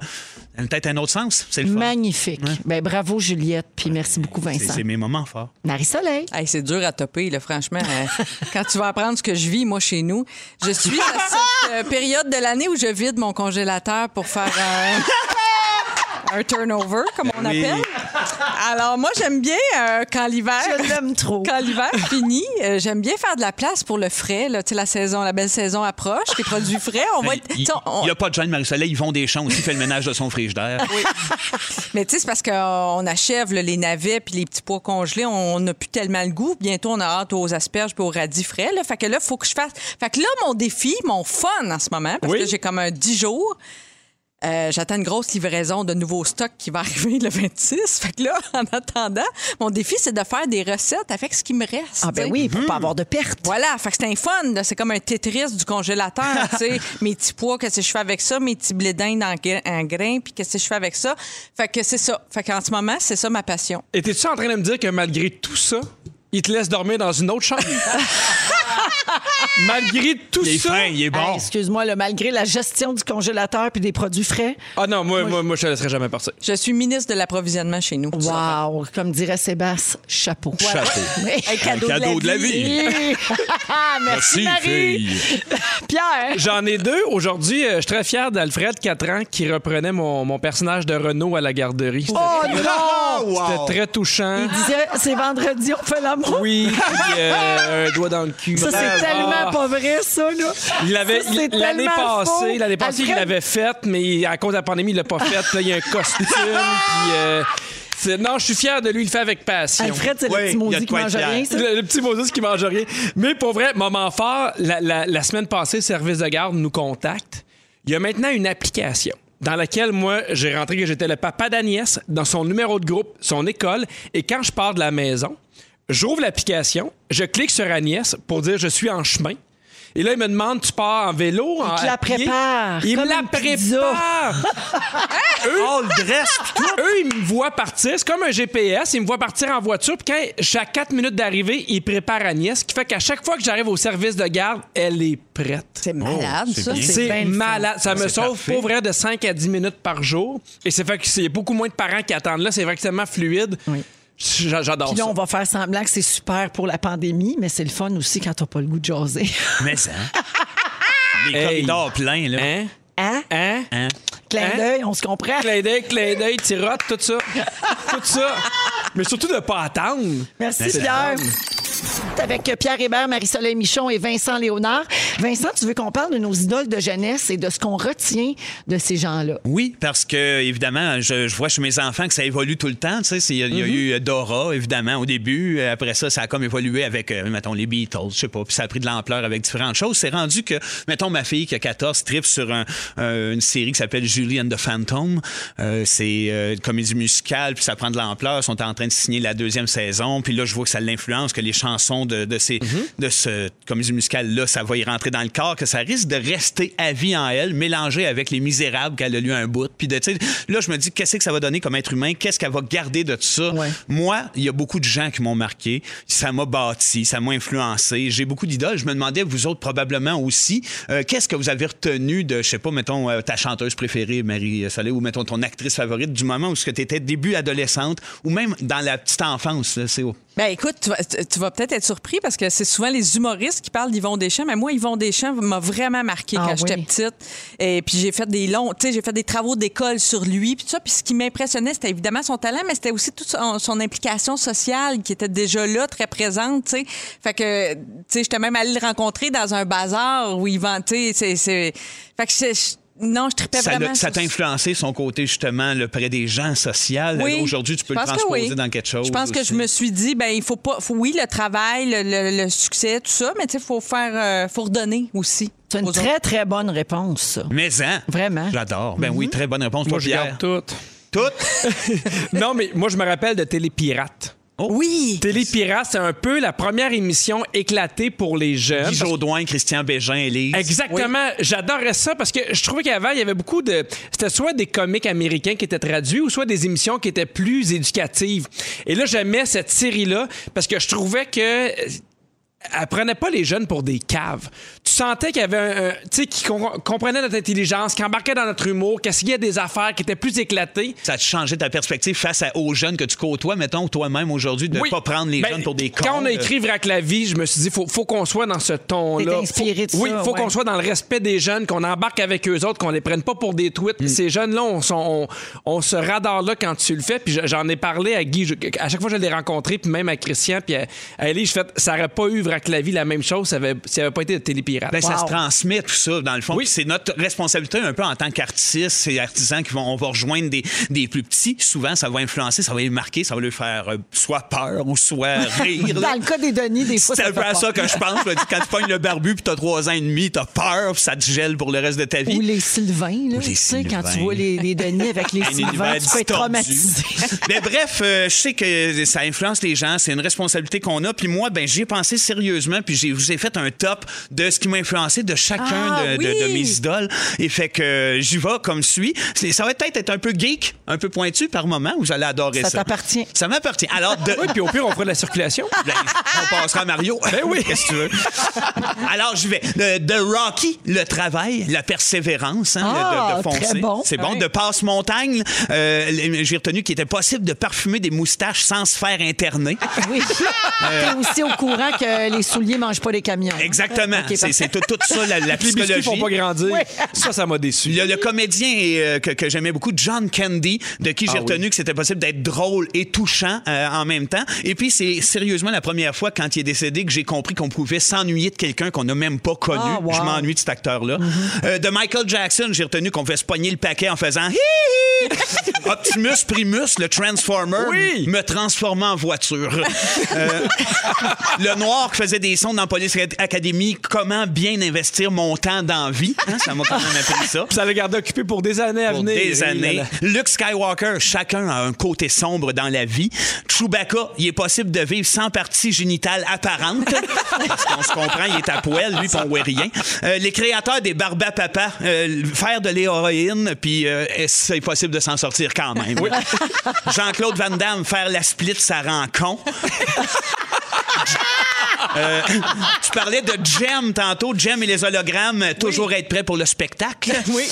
S1: peut-être un autre sens, c'est le fun.
S2: Magnifique. Ben bravo Juliette, puis merci beaucoup,
S1: C'est-
S2: Vincent.
S1: C'est mes moments forts.
S2: Marie-Soleil.
S4: Hey, c'est dur à topper, là, franchement. Euh, Quand tu vas apprendre ce que je vis, moi, chez nous, je suis à cette euh, période de l'année où je vide mon congélateur pour faire un- un turnover, comme on
S1: Oui.
S4: appelle. Alors, moi, j'aime bien euh, quand l'hiver.
S2: Je l'aime trop.
S4: Quand l'hiver finit, euh, j'aime bien faire de la place pour le frais. Là. Tu sais, La saison, la belle saison approche, les produits frais. On va être-
S1: Ben, Il
S4: tu sais, on-
S1: n'y a pas de Jeanne Marie-Soleil, ils vont des champs aussi, fait le ménage de son frigidaire.
S4: Mais tu sais, c'est parce qu'on achève là, les navets puis les petits pois congelés. On n'a plus tellement le goût. Bientôt, on a hâte aux asperges puis aux radis frais. Là. Fait que là, faut que je fasse. Fait que là, mon défi, mon fun en ce moment, parce
S3: Oui.
S4: que j'ai comme un 10 jours. euh, J'attends une grosse livraison de nouveaux stocks qui va arriver le 26. Fait que là, en attendant, mon défi, c'est de faire des recettes avec ce qui me reste.
S2: Ah, ben
S4: tu sais.
S2: oui, pour pas avoir de pertes.
S4: Voilà, fait que c'est un fun, là. c'est comme un Tetris du congélateur, tu sais, mes petits pois, qu'est-ce que je fais avec ça, mes petits blés d'Inde en, gra- en grains, puis qu'est-ce que je fais avec ça. Fait que c'est ça. Fait qu'en ce moment, c'est ça ma passion.
S3: Et t'es-tu en train de me dire que malgré tout ça, il te laisse dormir dans une autre chambre? malgré tout
S1: Il est
S3: ça.
S1: fin, il est
S2: Hey,
S1: bon.
S2: Excuse-moi, là, malgré la gestion du congélateur puis des produits frais.
S3: Ah non, moi, moi, moi, je te laisserai jamais partir.
S4: Je suis ministre de l'approvisionnement chez nous.
S2: Wow, comme dirait Sébastien, chapeau.
S1: Chapeau.
S2: Oui.
S4: Un cadeau,
S1: Un cadeau de la vie.
S2: Merci, Marie. Pierre.
S3: J'en ai deux. Aujourd'hui, euh, je suis très fier d'Alfred, 4 ans, qui reprenait mon, mon personnage de Renault à la garderie. C'était
S2: Oh non!
S3: c'était très touchant.
S2: Il disait, c'est vendredi, on fait l'amour.
S3: Oui, puis, euh, un doigt dans le cul.
S2: Ça,
S3: Ah.
S2: c'est tellement pas vrai, ça, là.
S3: Il l'avait
S2: Ça,
S3: il-
S2: c'est
S3: l'année
S2: tellement
S3: passée,
S2: faux.
S3: l'année passée, il
S2: Alfred-
S3: l'avait faite, mais à cause de la pandémie, il l'a pas faite. Là, il y a un costume, puis euh, c'est- non, je suis fier de lui, il le fait avec passion.
S2: Alfred, c'est
S1: Oui,
S2: le petit
S1: il y a
S2: maudit
S1: de
S2: qui
S1: quoi
S2: mange
S1: être fier.
S2: rien, Hein, ça.
S3: Le, le petit Moses qui mange rien. Mais pour vrai, moment fort, la, la- la semaine passée, Service de garde nous contacte. Il y a maintenant une application dans laquelle moi, j'ai rentré que j'étais le papa d'Agnès dans son numéro de groupe, son école. Et quand je pars de la maison, j'ouvre l'application, je clique sur Agnès pour dire je suis en chemin. Et là, il me demande, tu pars en vélo? en-
S2: te la
S3: à pied?
S2: prépare,
S3: Il me
S2: comme
S3: la
S2: une pizza.
S3: prépare.
S1: Oh, le dress, pis tout.
S3: Eux, ils me voient partir. C'est comme un GPS. Ils me voient partir en voiture. Puis quand, chaque quatre minutes d'arrivée, ils préparent Agnès. Ce qui fait qu'à chaque fois que j'arrive au service de garde, elle est prête.
S4: C'est malade,
S1: Oh, c'est
S4: ça.
S1: bien.
S2: c'est bien
S3: C'est
S2: le fun.
S3: malade. Ça me
S1: c'est
S3: sauve
S1: parfait.
S3: pour vrai de 5 à 10 minutes par jour. Et c'est fait que c'est beaucoup moins de parents qui attendent là. C'est vrai que c'est tellement fluide. J'a- J'adore
S2: Puis là,
S3: ça.
S2: on va faire semblant que c'est super pour la pandémie, mais c'est le fun aussi quand t'as pas le goût de jaser.
S1: Mais ça. hein? Les
S3: Hey.
S1: corridors pleins, là.
S3: Hein?
S2: Hein?
S3: Hein?
S1: Hein?
S2: Clin
S3: Hein?
S2: d'œil, on se comprend.
S3: Clin d'œil, clin d'œil, tirotte, tout ça. tout ça. Mais surtout de ne pas attendre.
S2: Merci,
S1: Merci.
S2: Pierre. Avec Pierre Hébert, Marie-Soleil Michon et Vincent Léonard. Vincent, tu veux qu'on parle de nos idoles de jeunesse et de ce qu'on retient de ces gens-là?
S1: Oui, parce que, évidemment, je, je vois chez mes enfants que ça évolue tout le temps. Tu sais, c'est- il y a- il y a eu euh, Dora, évidemment, au début. Euh, Après ça, ça a comme évolué avec, euh, mettons, les Beatles, je sais pas. Puis ça a pris de l'ampleur avec différentes choses. C'est rendu que, mettons, ma fille qui a 14 tripe sur un- euh, une série qui s'appelle Julie and the Phantom. Euh, c'est euh, une comédie musicale, puis ça prend de l'ampleur. Ils sont en train de signer la deuxième saison. Puis là, je vois que ça l'influence, que les chansons de, de, ces, de ce comédie musicale-là, ça va y rentrer dans le corps, que ça risque de rester à vie en elle, mélangé avec les misérables qu'elle a lu un bout. Puis de, tu sais, là, je me dis, qu'est-ce que ça va donner comme être humain? Qu'est-ce qu'elle va garder de tout ça?
S2: Ouais.
S1: Moi, il y a beaucoup de gens qui m'ont marqué. Ça m'a bâti, ça m'a influencé. J'ai beaucoup d'idoles. Je me demandais, vous autres, probablement aussi, euh, qu'est-ce que vous avez retenu de, je sais pas, mettons, euh, ta chanteuse préférée, Marie Soleil, ou mettons ton actrice favorite du moment où tu étais début adolescente, ou même dans la petite enfance, là, c'est au-
S4: Ben écoute, tu vas, tu- tu vas peut-être être surpris parce que c'est souvent les humoristes qui parlent d'Yvon Deschamps, mais moi Yvon Deschamps m'a vraiment marqué
S2: Ah
S4: quand j'étais
S2: oui.
S4: petite. Et puis j'ai fait des longs, tu sais, j'ai fait des travaux d'école sur lui puis tout ça. Puis ce qui m'impressionnait, c'était évidemment son talent, mais c'était aussi toute son, son implication sociale qui était déjà là, très présente, tu sais. Fait que, tu sais, j'étais même allée le rencontrer dans un bazar où il ventait, c'est, c'est, fait que c'est- je- non, je tripais
S1: Ça
S4: vraiment.
S1: l'a- ça
S4: sur-
S1: t'a influencé son côté, justement, le près des gens social.
S4: oui.
S1: Ben Aujourd'hui, tu peux
S4: Je
S1: le
S4: pense que
S1: transposer
S4: oui.
S1: dans quelque chose.
S4: Je pense que
S1: aussi.
S4: je me suis dit, ben il faut pas. faut- oui, le travail, le, le- le succès, tout ça, mais tu sais, faut faire, euh, faut redonner aussi.
S2: C'est
S4: aux
S2: une
S4: autres.
S2: très, très bonne réponse, ça.
S1: Mais hein?
S2: Vraiment.
S1: J'adore. Ben
S4: Mhm.
S1: oui, très bonne réponse.
S3: Moi,
S1: Toi,
S3: je garde
S1: Pierre.
S3: tout.
S1: Tout?
S3: Non, mais moi, je me rappelle de Télépirate.
S1: Oh.
S4: Oui.
S3: Télépirate, c'est un peu la première émission éclatée pour les jeunes.
S1: Guy Jodoin, Christian Bégin, Élise.
S3: Exactement. J'adorais ça parce que je trouvais qu'avant, il y avait beaucoup de. C'était soit des comiques américains qui étaient traduits ou soit des émissions qui étaient plus éducatives. Et là, j'aimais cette série-là parce que je trouvais que. elle prenait pas les jeunes pour des caves. Tu sentais qu'il y avait un, un- tu sais, qui comprenait notre intelligence, qui embarquait dans notre humour, qui essayait des affaires, qui étaient plus éclatées.
S1: Ça te changeait ta perspective face à- aux jeunes que tu côtoies, mettons, toi-même aujourd'hui, de ne
S3: Oui.
S1: pas prendre les
S3: Ben,
S1: jeunes pour des cons.
S3: Quand on a
S1: là.
S3: écrit Vrac la vie, je me suis dit, faut, faut qu'on soit dans ce ton-là.
S2: T'es inspiré de
S3: Faut- Oui,
S2: ça,
S3: faut
S2: ouais.
S3: qu'on soit dans le respect des jeunes, qu'on embarque avec eux autres, qu'on les prenne pas pour des tweets.
S1: Mm.
S3: Ces jeunes-là, on, sont- on, on se radar-là quand tu le fais. Puis je- j'en ai parlé à Guy, je- à chaque fois que je l'ai rencontré, puis même à Christian, puis à, à Ellie, je fais, ça aurait pas eu Vrac la vie la même chose ça avait- s'il n'y avait pas été de Télépirate.
S1: Ben, Ça
S2: Wow.
S1: se transmet, tout ça, dans le fond.
S3: Oui.
S1: Puis C'est notre responsabilité un peu en tant qu'artistes et artisans qui vont, on va rejoindre des, des plus petits. Souvent, ça va influencer, ça va les marquer, ça va leur faire euh, soit peur ou soit rire. là.
S2: Dans le cas des Denis, des fois,
S1: C'est
S2: ça
S1: un peu
S2: fait
S1: à
S2: peur.
S1: ça que je pense. là. Quand tu pognes le barbu puis t'as trois ans et demi, t'as peur, puis ça te gèle pour le reste de ta vie.
S2: Ou les Sylvains, là. Tu sais, quand tu
S1: Sylvains.
S2: vois les, les Denis avec les
S1: Un
S2: Sylvains,
S1: univers
S2: tu peux être
S1: distordu.
S2: traumatisé.
S1: Mais bref, euh, je sais que ça influence les gens, c'est une responsabilité qu'on a. Puis moi, ben j'ai pensé sérieusement, puis j'ai vous ai fait un top de ce qui m'a influencé de chacun
S4: Ah,
S1: de, de-
S4: oui!
S1: de mes idoles. Et fait que euh, j'y vais comme suit. C'est- Ça va peut-être être un peu geek, un peu pointu par moment. Vous allez adorer ça.
S2: Ça t'appartient.
S1: Ça m'appartient. Alors de.
S3: Oui, puis au pire, on fera de la circulation.
S1: Ben, on passera à Mario. Ben oui. Qu'est-ce que tu veux? Alors, j'y vais. De, de Rocky, le travail, la persévérance, hein,
S2: Ah,
S1: de, de foncer.
S2: très bon.
S1: C'est bon.
S4: Ouais.
S1: De passe-montagne, euh, les- j'ai retenu qu'il était possible de parfumer des moustaches sans se faire interner.
S2: Oui. T'es aussi au courant que les souliers mangent pas les camions.
S1: Exactement.
S2: Ok,
S1: c'est c'est tout, tout ça, la, la
S3: Puis les biscuits
S1: psychologie.
S3: font pas grandir. Ça, ça m'a déçu.
S1: Il y a le comédien euh, que, que j'aimais beaucoup, John Candy, de
S2: Ah
S1: qui j'ai retenu que c'était possible d'être drôle et touchant euh, en même temps. Et puis, c'est sérieusement la première fois, quand il est décédé, que j'ai compris qu'on pouvait s'ennuyer de quelqu'un qu'on n'a même pas connu.
S2: Ah, wow. Mm-hmm.
S1: Je m'ennuie de cet acteur-là. Euh, de Michael Jackson, j'ai retenu qu'on pouvait se pogner le paquet en faisant Hi, hi! Optimus Primus, le Transformer,
S3: Oui.
S1: me transformant en voiture. Euh, le noir qui faisait des sons dans Police Academy, comment bien investir mon temps dans vie. Hein, ça m'a quand même appris ça
S3: Puis ça le gardait occupé pour des années à
S1: pour
S3: venir.
S1: des
S3: Et
S1: années.
S3: là, là.
S1: Luke Skywalker, chacun a un côté sombre dans la vie. Chewbacca, il est possible de vivre sans partie génitale apparente. parce qu'on se comprend, il est à poil, lui, puis on voit rien. Euh, les créateurs des Barbapapa, euh, faire de l'héroïne, puis euh, c'est possible de s'en sortir quand même. Jean-Claude Van Damme, faire la split, ça rend con. Euh, tu parlais de Jem tantôt, Jem et les hologrammes, euh, toujours être prêt pour le spectacle. Oui.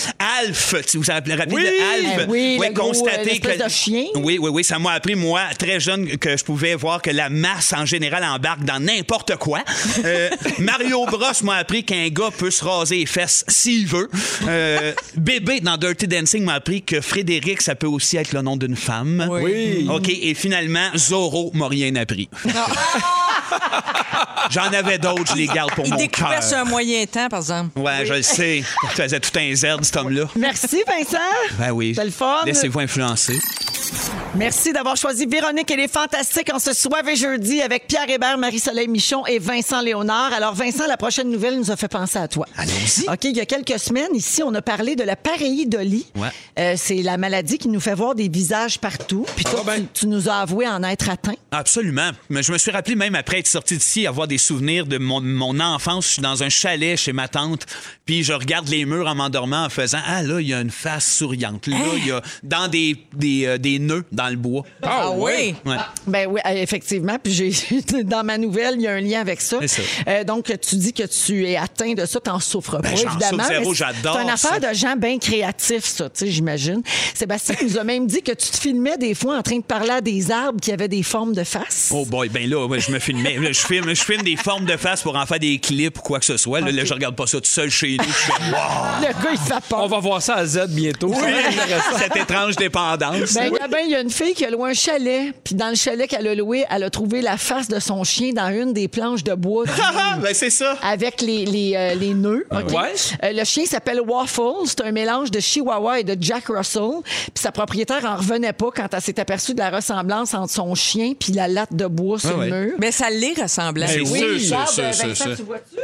S1: Alf, tu vous rappelez rappelez de Alf?
S2: Eh oui, le gros,
S1: constater
S2: euh, l'espèce de chien.
S1: Oui, oui, oui, ça m'a appris, moi, très jeune, que je pouvais voir que la masse en général embarque dans n'importe quoi. Euh, Mario Bros m'a appris qu'un gars peut se raser les fesses s'il veut. Euh, Bébé dans Dirty Dancing m'a appris que Frédéric, ça peut aussi être le nom d'une femme.
S3: Oui.
S1: OK, et finalement, Zorro m'a rien appris. J'en avais d'autres, je les garde pour
S4: Il
S1: mon
S4: découvrait
S1: cœur.
S4: sur un moyen temps, par exemple.
S1: Ouais, je le sais. Tu faisais tout un zerd, cet homme-là.
S2: Merci, Vincent.
S1: Ben oui.
S2: C'était le fun.
S1: Laissez-vous influencer.
S2: Merci d'avoir choisi Véronique et les Fantastiques en ce soir et jeudi avec Pierre Hébert, Marie-Soleil Michon et Vincent Léonard. Alors, Vincent, la prochaine nouvelle nous a fait penser à toi.
S1: Allons-y.
S2: OK, il y a quelques semaines, ici, on a parlé de la pareidolie.
S1: Ouais.
S2: Euh, c'est la maladie qui nous fait voir des visages partout. Puis toi, ben- tu, tu nous as avoué en être atteint.
S1: Absolument. Mais je me suis rappelé même après être sorti d'ici, avoir des souvenirs de mon, mon enfance. Je suis dans un chalet chez ma tante, puis je regarde les murs en m'endormant en faisant Ah là, il y a une face souriante. Là,
S2: Hein?
S1: il y a dans des, des, euh, des nœuds dans le bois.
S4: Ah oui?
S1: Ouais.
S2: Ben oui, euh, effectivement. Puis j'ai dans ma nouvelle, il y a un lien avec ça.
S1: C'est ça. Ben,
S2: Euh, donc, tu dis que tu es atteint de ça, t'en souffres pas,
S1: j'en
S2: évidemment.
S1: souffre zéro,
S2: mais c'est-
S1: j'adore
S2: C'est une
S1: ça.
S2: affaire de gens bien créatifs, ça, tu sais, j'imagine. Sébastien nous a même dit que tu te filmais des fois en train de parler à des arbres qui avaient des formes de face.
S1: Oh boy, ben là, ouais, je me filmais. Là, Je filme, je filme des formes de face pour en faire des clips ou quoi que ce soit. Là, là, je regarde pas ça tout seul chez nous. Je fais Wow!
S2: Le gars, il fait peur.
S3: On va voir ça à Z bientôt. Ça va être intéressant.
S1: Cette étrange dépendance.
S2: Ben, Gabin, il y a une fille qui a loué un chalet, puis dans le chalet qu'elle a loué, elle a trouvé la face de son chien dans une des planches de bois.
S1: Ah, ben c'est ça.
S2: avec les, les, euh, les nœuds.
S1: Ah,
S2: OK?
S3: Ouais.
S2: Euh, le chien s'appelle Waffle. C'est un mélange de Chihuahua et de Jack Russell. Puis sa propriétaire en revenait pas quand elle s'est aperçue de la ressemblance entre son chien puis la latte de bois sur
S1: Ah ouais.
S2: le mur.
S4: Mais ça l'est ressemblant.
S1: Ben oui. sûr, sûr,
S2: Regarde,
S1: sûr,
S2: Vincent,
S1: sûr, sûr.
S2: tu vois-tu?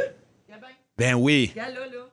S1: Ben oui.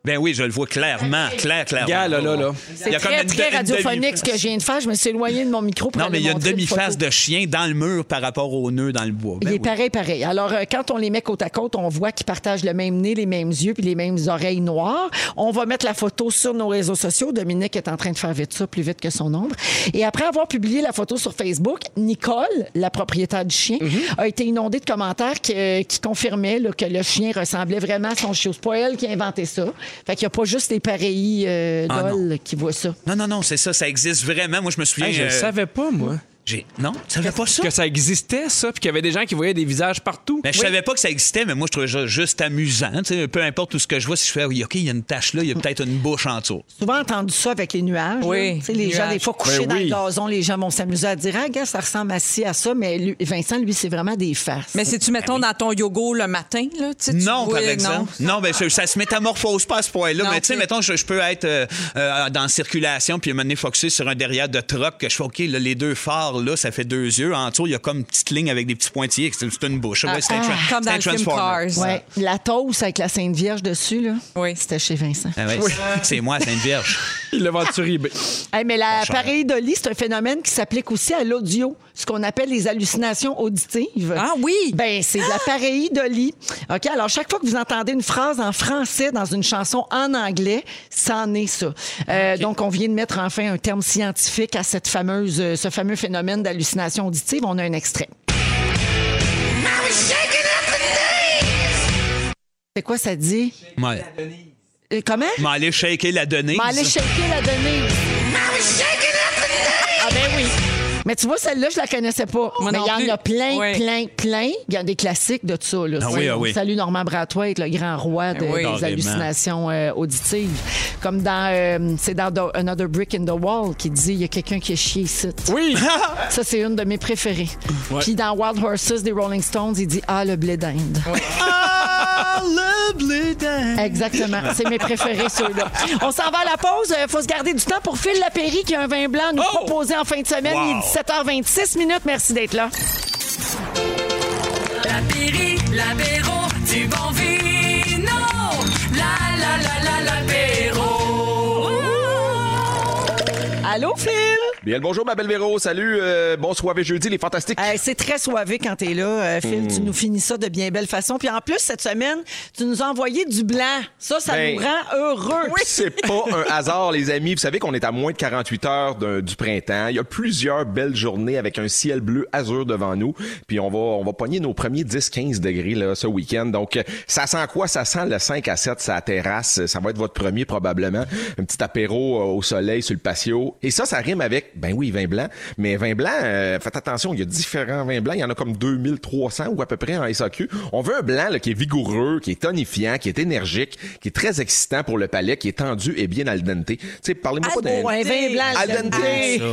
S1: Ben oui, je le vois clairement, clair, clairement.
S3: Gars, là, là, là.
S1: Il y
S2: C'est
S1: a comme
S2: très,
S1: une
S2: très
S1: de- une
S2: radiophonique ce que je viens de faire. Je me suis éloignée de mon micro pour
S1: Non,
S2: aller
S1: mais il y a une
S2: montrer
S1: demi-face
S2: photo.
S1: de chien dans le mur par rapport au nœud dans le bois. Ben
S2: il est
S1: oui.
S2: pareil, pareil. Alors, euh, quand on les met côte à côte, on voit qu'ils partagent le même nez, les mêmes yeux, puis les mêmes oreilles noires. On va mettre la photo sur nos réseaux sociaux. Dominique est en train de faire vite ça, plus vite que son ombre. Et après avoir publié la photo sur Facebook, Nicole, la propriétaire du chien,
S1: Mhm.
S2: a été inondée de commentaires qui, euh, qui confirmaient là, que le chien ressemblait vraiment à son chiot. C'est pas elle qui a inventé ça. Fait qu'il n'y a pas juste les pareils euh,
S1: Ah,
S2: lol qui voient ça.
S1: Non, non, non, c'est ça, ça existe vraiment. Moi, je me souviens.
S3: Hey, je
S1: euh,
S3: le savais pas, moi.
S1: j'ai- Non, tu savais pas ça?
S3: Que ça existait, ça, puis qu'il y avait des gens qui voyaient des visages partout.
S1: Mais je savais pas que ça existait, mais moi, je trouvais ça juste amusant. Tu sais, peu importe tout ce que je vois, si je fais, oui, OK, il y a une tache là, il y a peut-être une bouche en dessous.
S10: souvent entendu ça avec les nuages.
S4: Oui,
S10: là. Tu sais, les
S4: nuages.
S10: gens, des fois, couchés
S3: Ben
S10: dans
S3: oui.
S10: le gazon, les gens vont s'amuser à dire Ah, gars, ça ressemble assis à ça, mais lui- Vincent, lui, c'est vraiment des farces.
S4: Mais c'est-tu, mettons, dans ton yogourt le matin, là? tu sais, tu
S1: Ben Non,
S4: vois,
S1: par exemple. Non, ben, ça, ça se métamorphose pas à ce point-là.
S4: Non,
S1: Mais tu sais,
S4: c'est-
S1: mettons, je, je peux être euh, euh, dans circulation, puis m'amener focusé sur un derrière de troc, que je fais, OK, là, les deux phares, là, ça fait deux yeux. En dessous, il y a comme une petite ligne avec des petits pointillés. C'est c'est une bouche. Ouais, c'est un, tra-
S4: Ah, Comme
S1: c'est
S4: dans
S1: un
S4: le film
S1: Transformer.
S4: Cars.
S2: Ouais. La toast avec la Sainte Vierge dessus, là.
S4: Oui.
S2: C'était chez Vincent.
S1: Ah ouais, c'est- C'est moi, c'est une vierge.
S3: Il l'a vendu sur eBay.
S2: Hey, mais la pareidolie, c'est un phénomène qui s'applique aussi à l'audio, ce qu'on appelle les hallucinations auditives.
S4: Ah oui! Ah!
S2: Ben, c'est de la pareidolie. OK, alors chaque fois que vous entendez une phrase en français dans une chanson en anglais, c'en est ça.
S4: Ah,
S2: Euh, Donc, on vient de mettre enfin un terme scientifique à cette fameuse, euh, ce fameux phénomène d'hallucination auditive. On a un extrait. C'est quoi ça dit?
S1: Ouais.
S2: Euh, comment?
S1: M'en aller shaker la donnée.
S2: Mais allez shaker la donnée. Ah ben oui. Mais tu vois, celle-là, je la connaissais pas.
S4: Moi
S2: Mais
S4: non
S2: il y en a
S4: plus.
S2: plein,
S4: Ouais.
S2: plein, plein. Il y a des classiques de ça. Là.
S1: Ah oui, ah oui.
S2: Salut Normand Bratoit, le grand roi de-
S4: Ah oui.
S2: des
S1: Carrément.
S2: hallucinations euh, auditives. Comme dans, euh, c'est dans Do- Another Brick in the Wall qui dit, il y a quelqu'un qui est chié ici.
S3: Oui!
S2: Ça, c'est une de mes préférées. Puis dans Wild Horses des Rolling Stones, il dit, ah, le blé d'Inde.
S1: Ah, le blé d'Inde.
S2: Exactement. C'est mes préférés, ceux-là. On s'en va à la pause. Il faut se garder du temps pour Phil Lapéry, qui a un vin blanc à nous
S3: Oh!
S2: proposer en fin de semaine.
S1: Wow.
S2: Il est 17h26 minutes. Merci d'être là.
S11: La Piri, l'apéro du bon vino. La la la la l'apéro.
S10: Allô, Phil?
S12: Bien le bonjour, ma belle Véro. Salut. euh, bon soirée jeudi, les fantastiques.
S10: Hey, c'est très soivé quand t'es là, euh, Phil.
S12: Mm.
S10: Tu nous finis ça de bien belle façon. Puis en plus, cette semaine, tu nous as envoyé du blanc. Ça, ça
S12: Ben,
S10: nous rend heureux.
S12: C'est pas un hasard, les amis. Vous savez qu'on est à moins de 48 heures d'un- du printemps. Il y a plusieurs belles journées avec un ciel bleu azur devant nous. Puis on va, on va pogner nos premiers 10-15 degrés là, ce week-end. Donc, euh, ça sent quoi? Ça sent le 5 à 7, sa terrasse. Ça va être votre premier probablement. Un petit apéro euh, au soleil sur le patio. Et ça, ça rime avec, ben oui, vin blanc. Mais vin blanc, euh, faites attention, il y a différents vins blancs. Il y en a comme 2300 ou à peu près en SAQ. On veut un blanc là, qui est vigoureux, qui est tonifiant, qui est énergique, qui est très excitant pour le palais, qui est tendu et bien al dente. Tu sais, parlez-moi pas d'un...
S10: Ouais, vin blanc.
S12: Al
S10: j'aime
S12: dente!
S10: bien.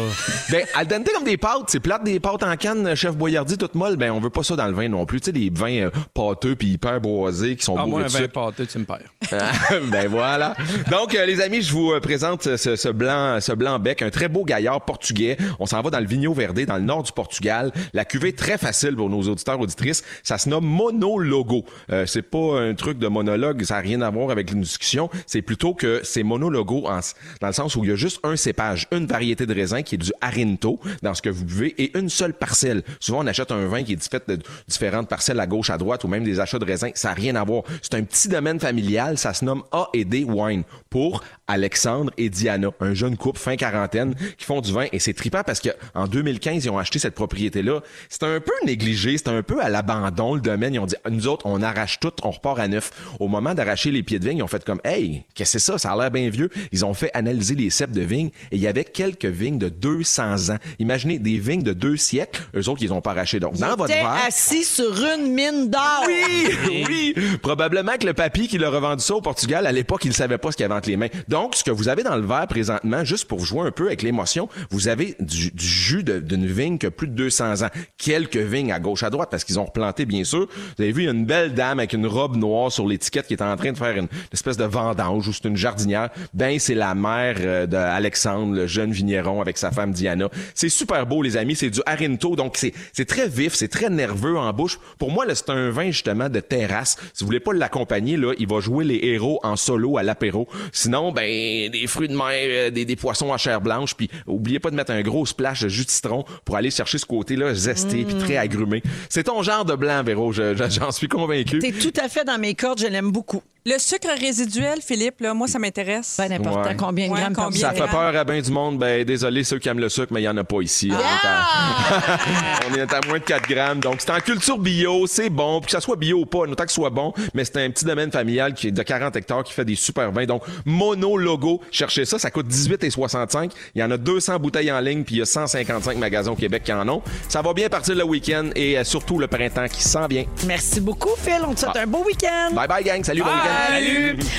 S12: ben, al dente comme des pâtes, c'est plate des pâtes en canne, chef Boyardi, toute molle, ben on veut pas ça dans le vin non plus. Tu sais, les vins euh, pâteux puis hyper boisés qui sont
S3: Ah, moi,
S12: bourrés
S3: un
S12: de
S3: vin
S12: sucre.
S3: pâté, tu me perds.
S12: Ah, ben voilà. Donc euh, les amis, je vous euh, présente ce, ce blanc, ce blanc bec, un très beau gaillard portugais. On s'en va dans le Vinho Verde, dans le nord du Portugal. La cuvée est très facile pour nos auditeurs auditrices. Ça se nomme monologo. Euh, c'est pas un truc de monologue, ça a rien à voir avec une discussion. C'est plutôt que c'est monologo en s- dans le sens où il y a juste un cépage, une variété de raisin qui est du Arinto dans ce que vous buvez et une seule parcelle. Souvent on achète un vin qui est fait de différentes parcelles à gauche, à droite ou même des achats de raisins. Ça a rien à voir. C'est un petit domaine familial. Ça se nomme A et D Wine pour Alexandre et Diana, un jeune couple fin quarantaine qui font du vin. Et c'est trippant parce que en 2015, ils ont acheté cette propriété-là. C'était un peu négligé, c'était un peu à l'abandon le domaine. Ils ont dit, nous autres, on arrache tout, on repart à neuf. Au moment d'arracher les pieds de vigne, ils ont fait comme, hey, qu'est-ce que c'est ça? Ça a l'air bien vieux. Ils ont fait analyser les cèpes de vigne et il y avait quelques vignes de 200 ans. Imaginez des vignes de deux siècles. Eux autres, ils ont pas arraché. Donc, dans votre
S10: T'es
S12: verre.
S10: assis sur une mine d'or.
S12: Oui, oui. Probablement que le papy qui l'a revendu ça au Portugal, à l'époque, il savait pas ce qu'il avait entre les mains. Donc, Donc, ce que vous avez dans le verre présentement, juste pour jouer un peu avec l'émotion, vous avez du, du jus de- d'une vigne qui a plus de 200 ans. Quelques vignes à gauche, à droite, parce qu'ils ont replanté, bien sûr. Vous avez vu, il y a une belle dame avec une robe noire sur l'étiquette qui est en train de faire une, une espèce de vendange ou c'est une jardinière. Ben, c'est la mère euh, d'Alexandre, le jeune vigneron, avec sa femme Diana. C'est super beau, les amis. C'est du Arinto, donc c'est c'est très vif, c'est très nerveux en bouche. Pour moi, là, c'est un vin, justement, de terrasse. Si vous voulez pas l'accompagner, là, il va jouer les héros en solo à l'apéro. Sinon, ben, des fruits de mer, euh, des, des poissons à chair blanche, puis oubliez pas de mettre un gros splash de jus de citron pour aller chercher ce côté-là zesté puis très agrumé. C'est ton genre de blanc, Véro, je- je- j'en suis convaincu.
S2: T'es tout à fait dans mes cordes, je l'aime beaucoup.
S4: Le sucre résiduel, Philippe, là, moi, ça m'intéresse. Ben,
S12: n'importe Ouais. combien
S2: de
S4: grammes
S12: Si ça fait peur à bien du monde, ben désolé ceux qui aiment le sucre, mais il n'y en a pas ici. hein, On, est à... on est à moins de 4 grammes. Donc c'est en culture bio, c'est bon. Puis que ça soit bio ou pas, notant que ce soit bon, mais c'est un petit domaine familial qui est de 40 hectares qui fait des super vins. Donc mono logo, cherchez ça, ça coûte 18,65. Il y en a 200 bouteilles en ligne, puis il y a 155 magasins au Québec qui en ont. Ça va bien partir le week-end et euh, surtout le printemps qui s'en vient.
S2: Merci beaucoup, Phil. On te souhaite un beau week-end.
S12: Ah. Bye bye gang, salut bon week-end.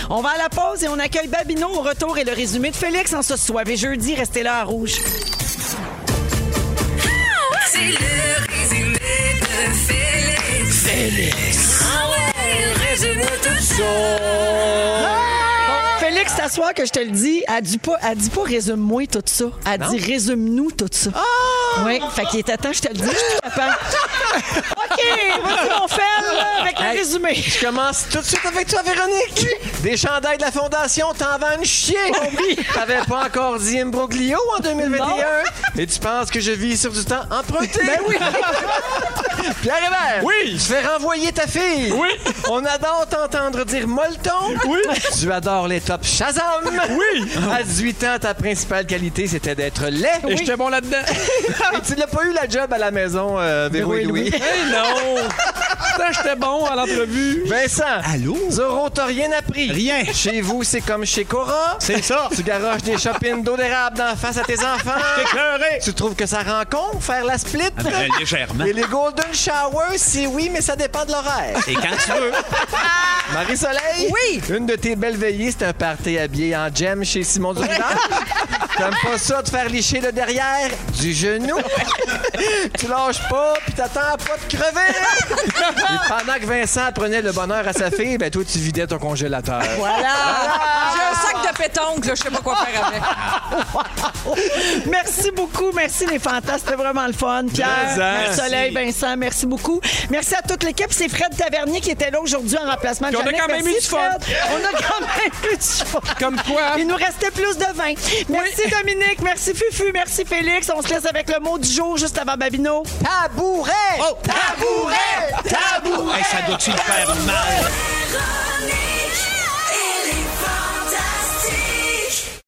S2: On va à la pause et on accueille Babino au retour et le résumé de Félix en ce soir et jeudi. Restez là à Rouge.
S5: C'est le résumé de Félix. Félix. Ah ouais, il résume tout ça.
S2: Bon, Félix, t'assois que je te le dis, elle dit pas, elle dit pas résume-moi tout ça. Elle dit résume-nous tout ça. Oui, fait qu'il était temps, je te le dis, je suis capable. OK, voici mon fait là, avec le
S13: Hey,
S2: résumé.
S13: Je commence tout de suite avec toi, Véronique. Des chandails de la Fondation, t'en vends une chier. T'avais pas encore dit Imbroglio en 2021. Et tu penses que je vis sur du temps emprunté. Ben oui. Pierre Hébert. Oui. Tu fais renvoyer ta fille. Oui. On adore t'entendre dire molleton. Oui. Tu adores les tops Shazam. Oui. À 18 ans, ta principale qualité, c'était d'être laid.
S3: Et j'étais
S13: bon là-dedans. Et tu n'as pas eu la job à la maison, euh, Véro et Louis.
S3: Eh non! Putain, j'étais bon à l'entrevue.
S13: Vincent.
S3: Allô?
S13: Zoro, t'as rien appris. Rien. Chez vous, c'est comme chez Cora. C'est ça. Tu garoches des chopines d'eau d'érable d'en face à tes enfants. T'es
S1: écœuré.
S13: Tu trouves que ça rend con, faire la split?
S1: Ah ben, légèrement.
S13: Et les golden showers, si oui, mais ça dépend de l'horaire.
S1: Et quand tu veux.
S13: Marie-Soleil? Oui. Une de tes belles veillées, c'est un party habillé en gemme chez Simon Dubreuil. T'aimes pas ça de faire licher le derrière du genou? tu lâches pas, puis t'attends pas de crever. Et pendant que Vincent apprenait le bonheur à sa fille, ben toi, tu vidais ton congélateur.
S4: Voilà! J'ai un sac de pétanque, là, je sais pas quoi faire avec.
S2: Merci beaucoup. Merci les fantasmes. C'était vraiment le fun. Pierre,
S5: Mais, hein.
S2: Soleil, Vincent, merci beaucoup. Merci à toute l'équipe. C'est Fred Tavernier qui était là aujourd'hui en remplacement de
S3: Puis on a
S2: Yannick.
S3: quand même
S2: Merci,
S3: eu du fun.
S2: Fred. On a quand même eu du fun. Comme quoi? Il nous restait plus de vin. Merci Dominique. Merci Fufu. Merci Félix. On se laisse avec le mot du jour juste avant Babino.
S13: Tabouret!
S2: Oh, tabouret!
S1: Hey, ça doit-tu le faire mal?
S5: Véronique.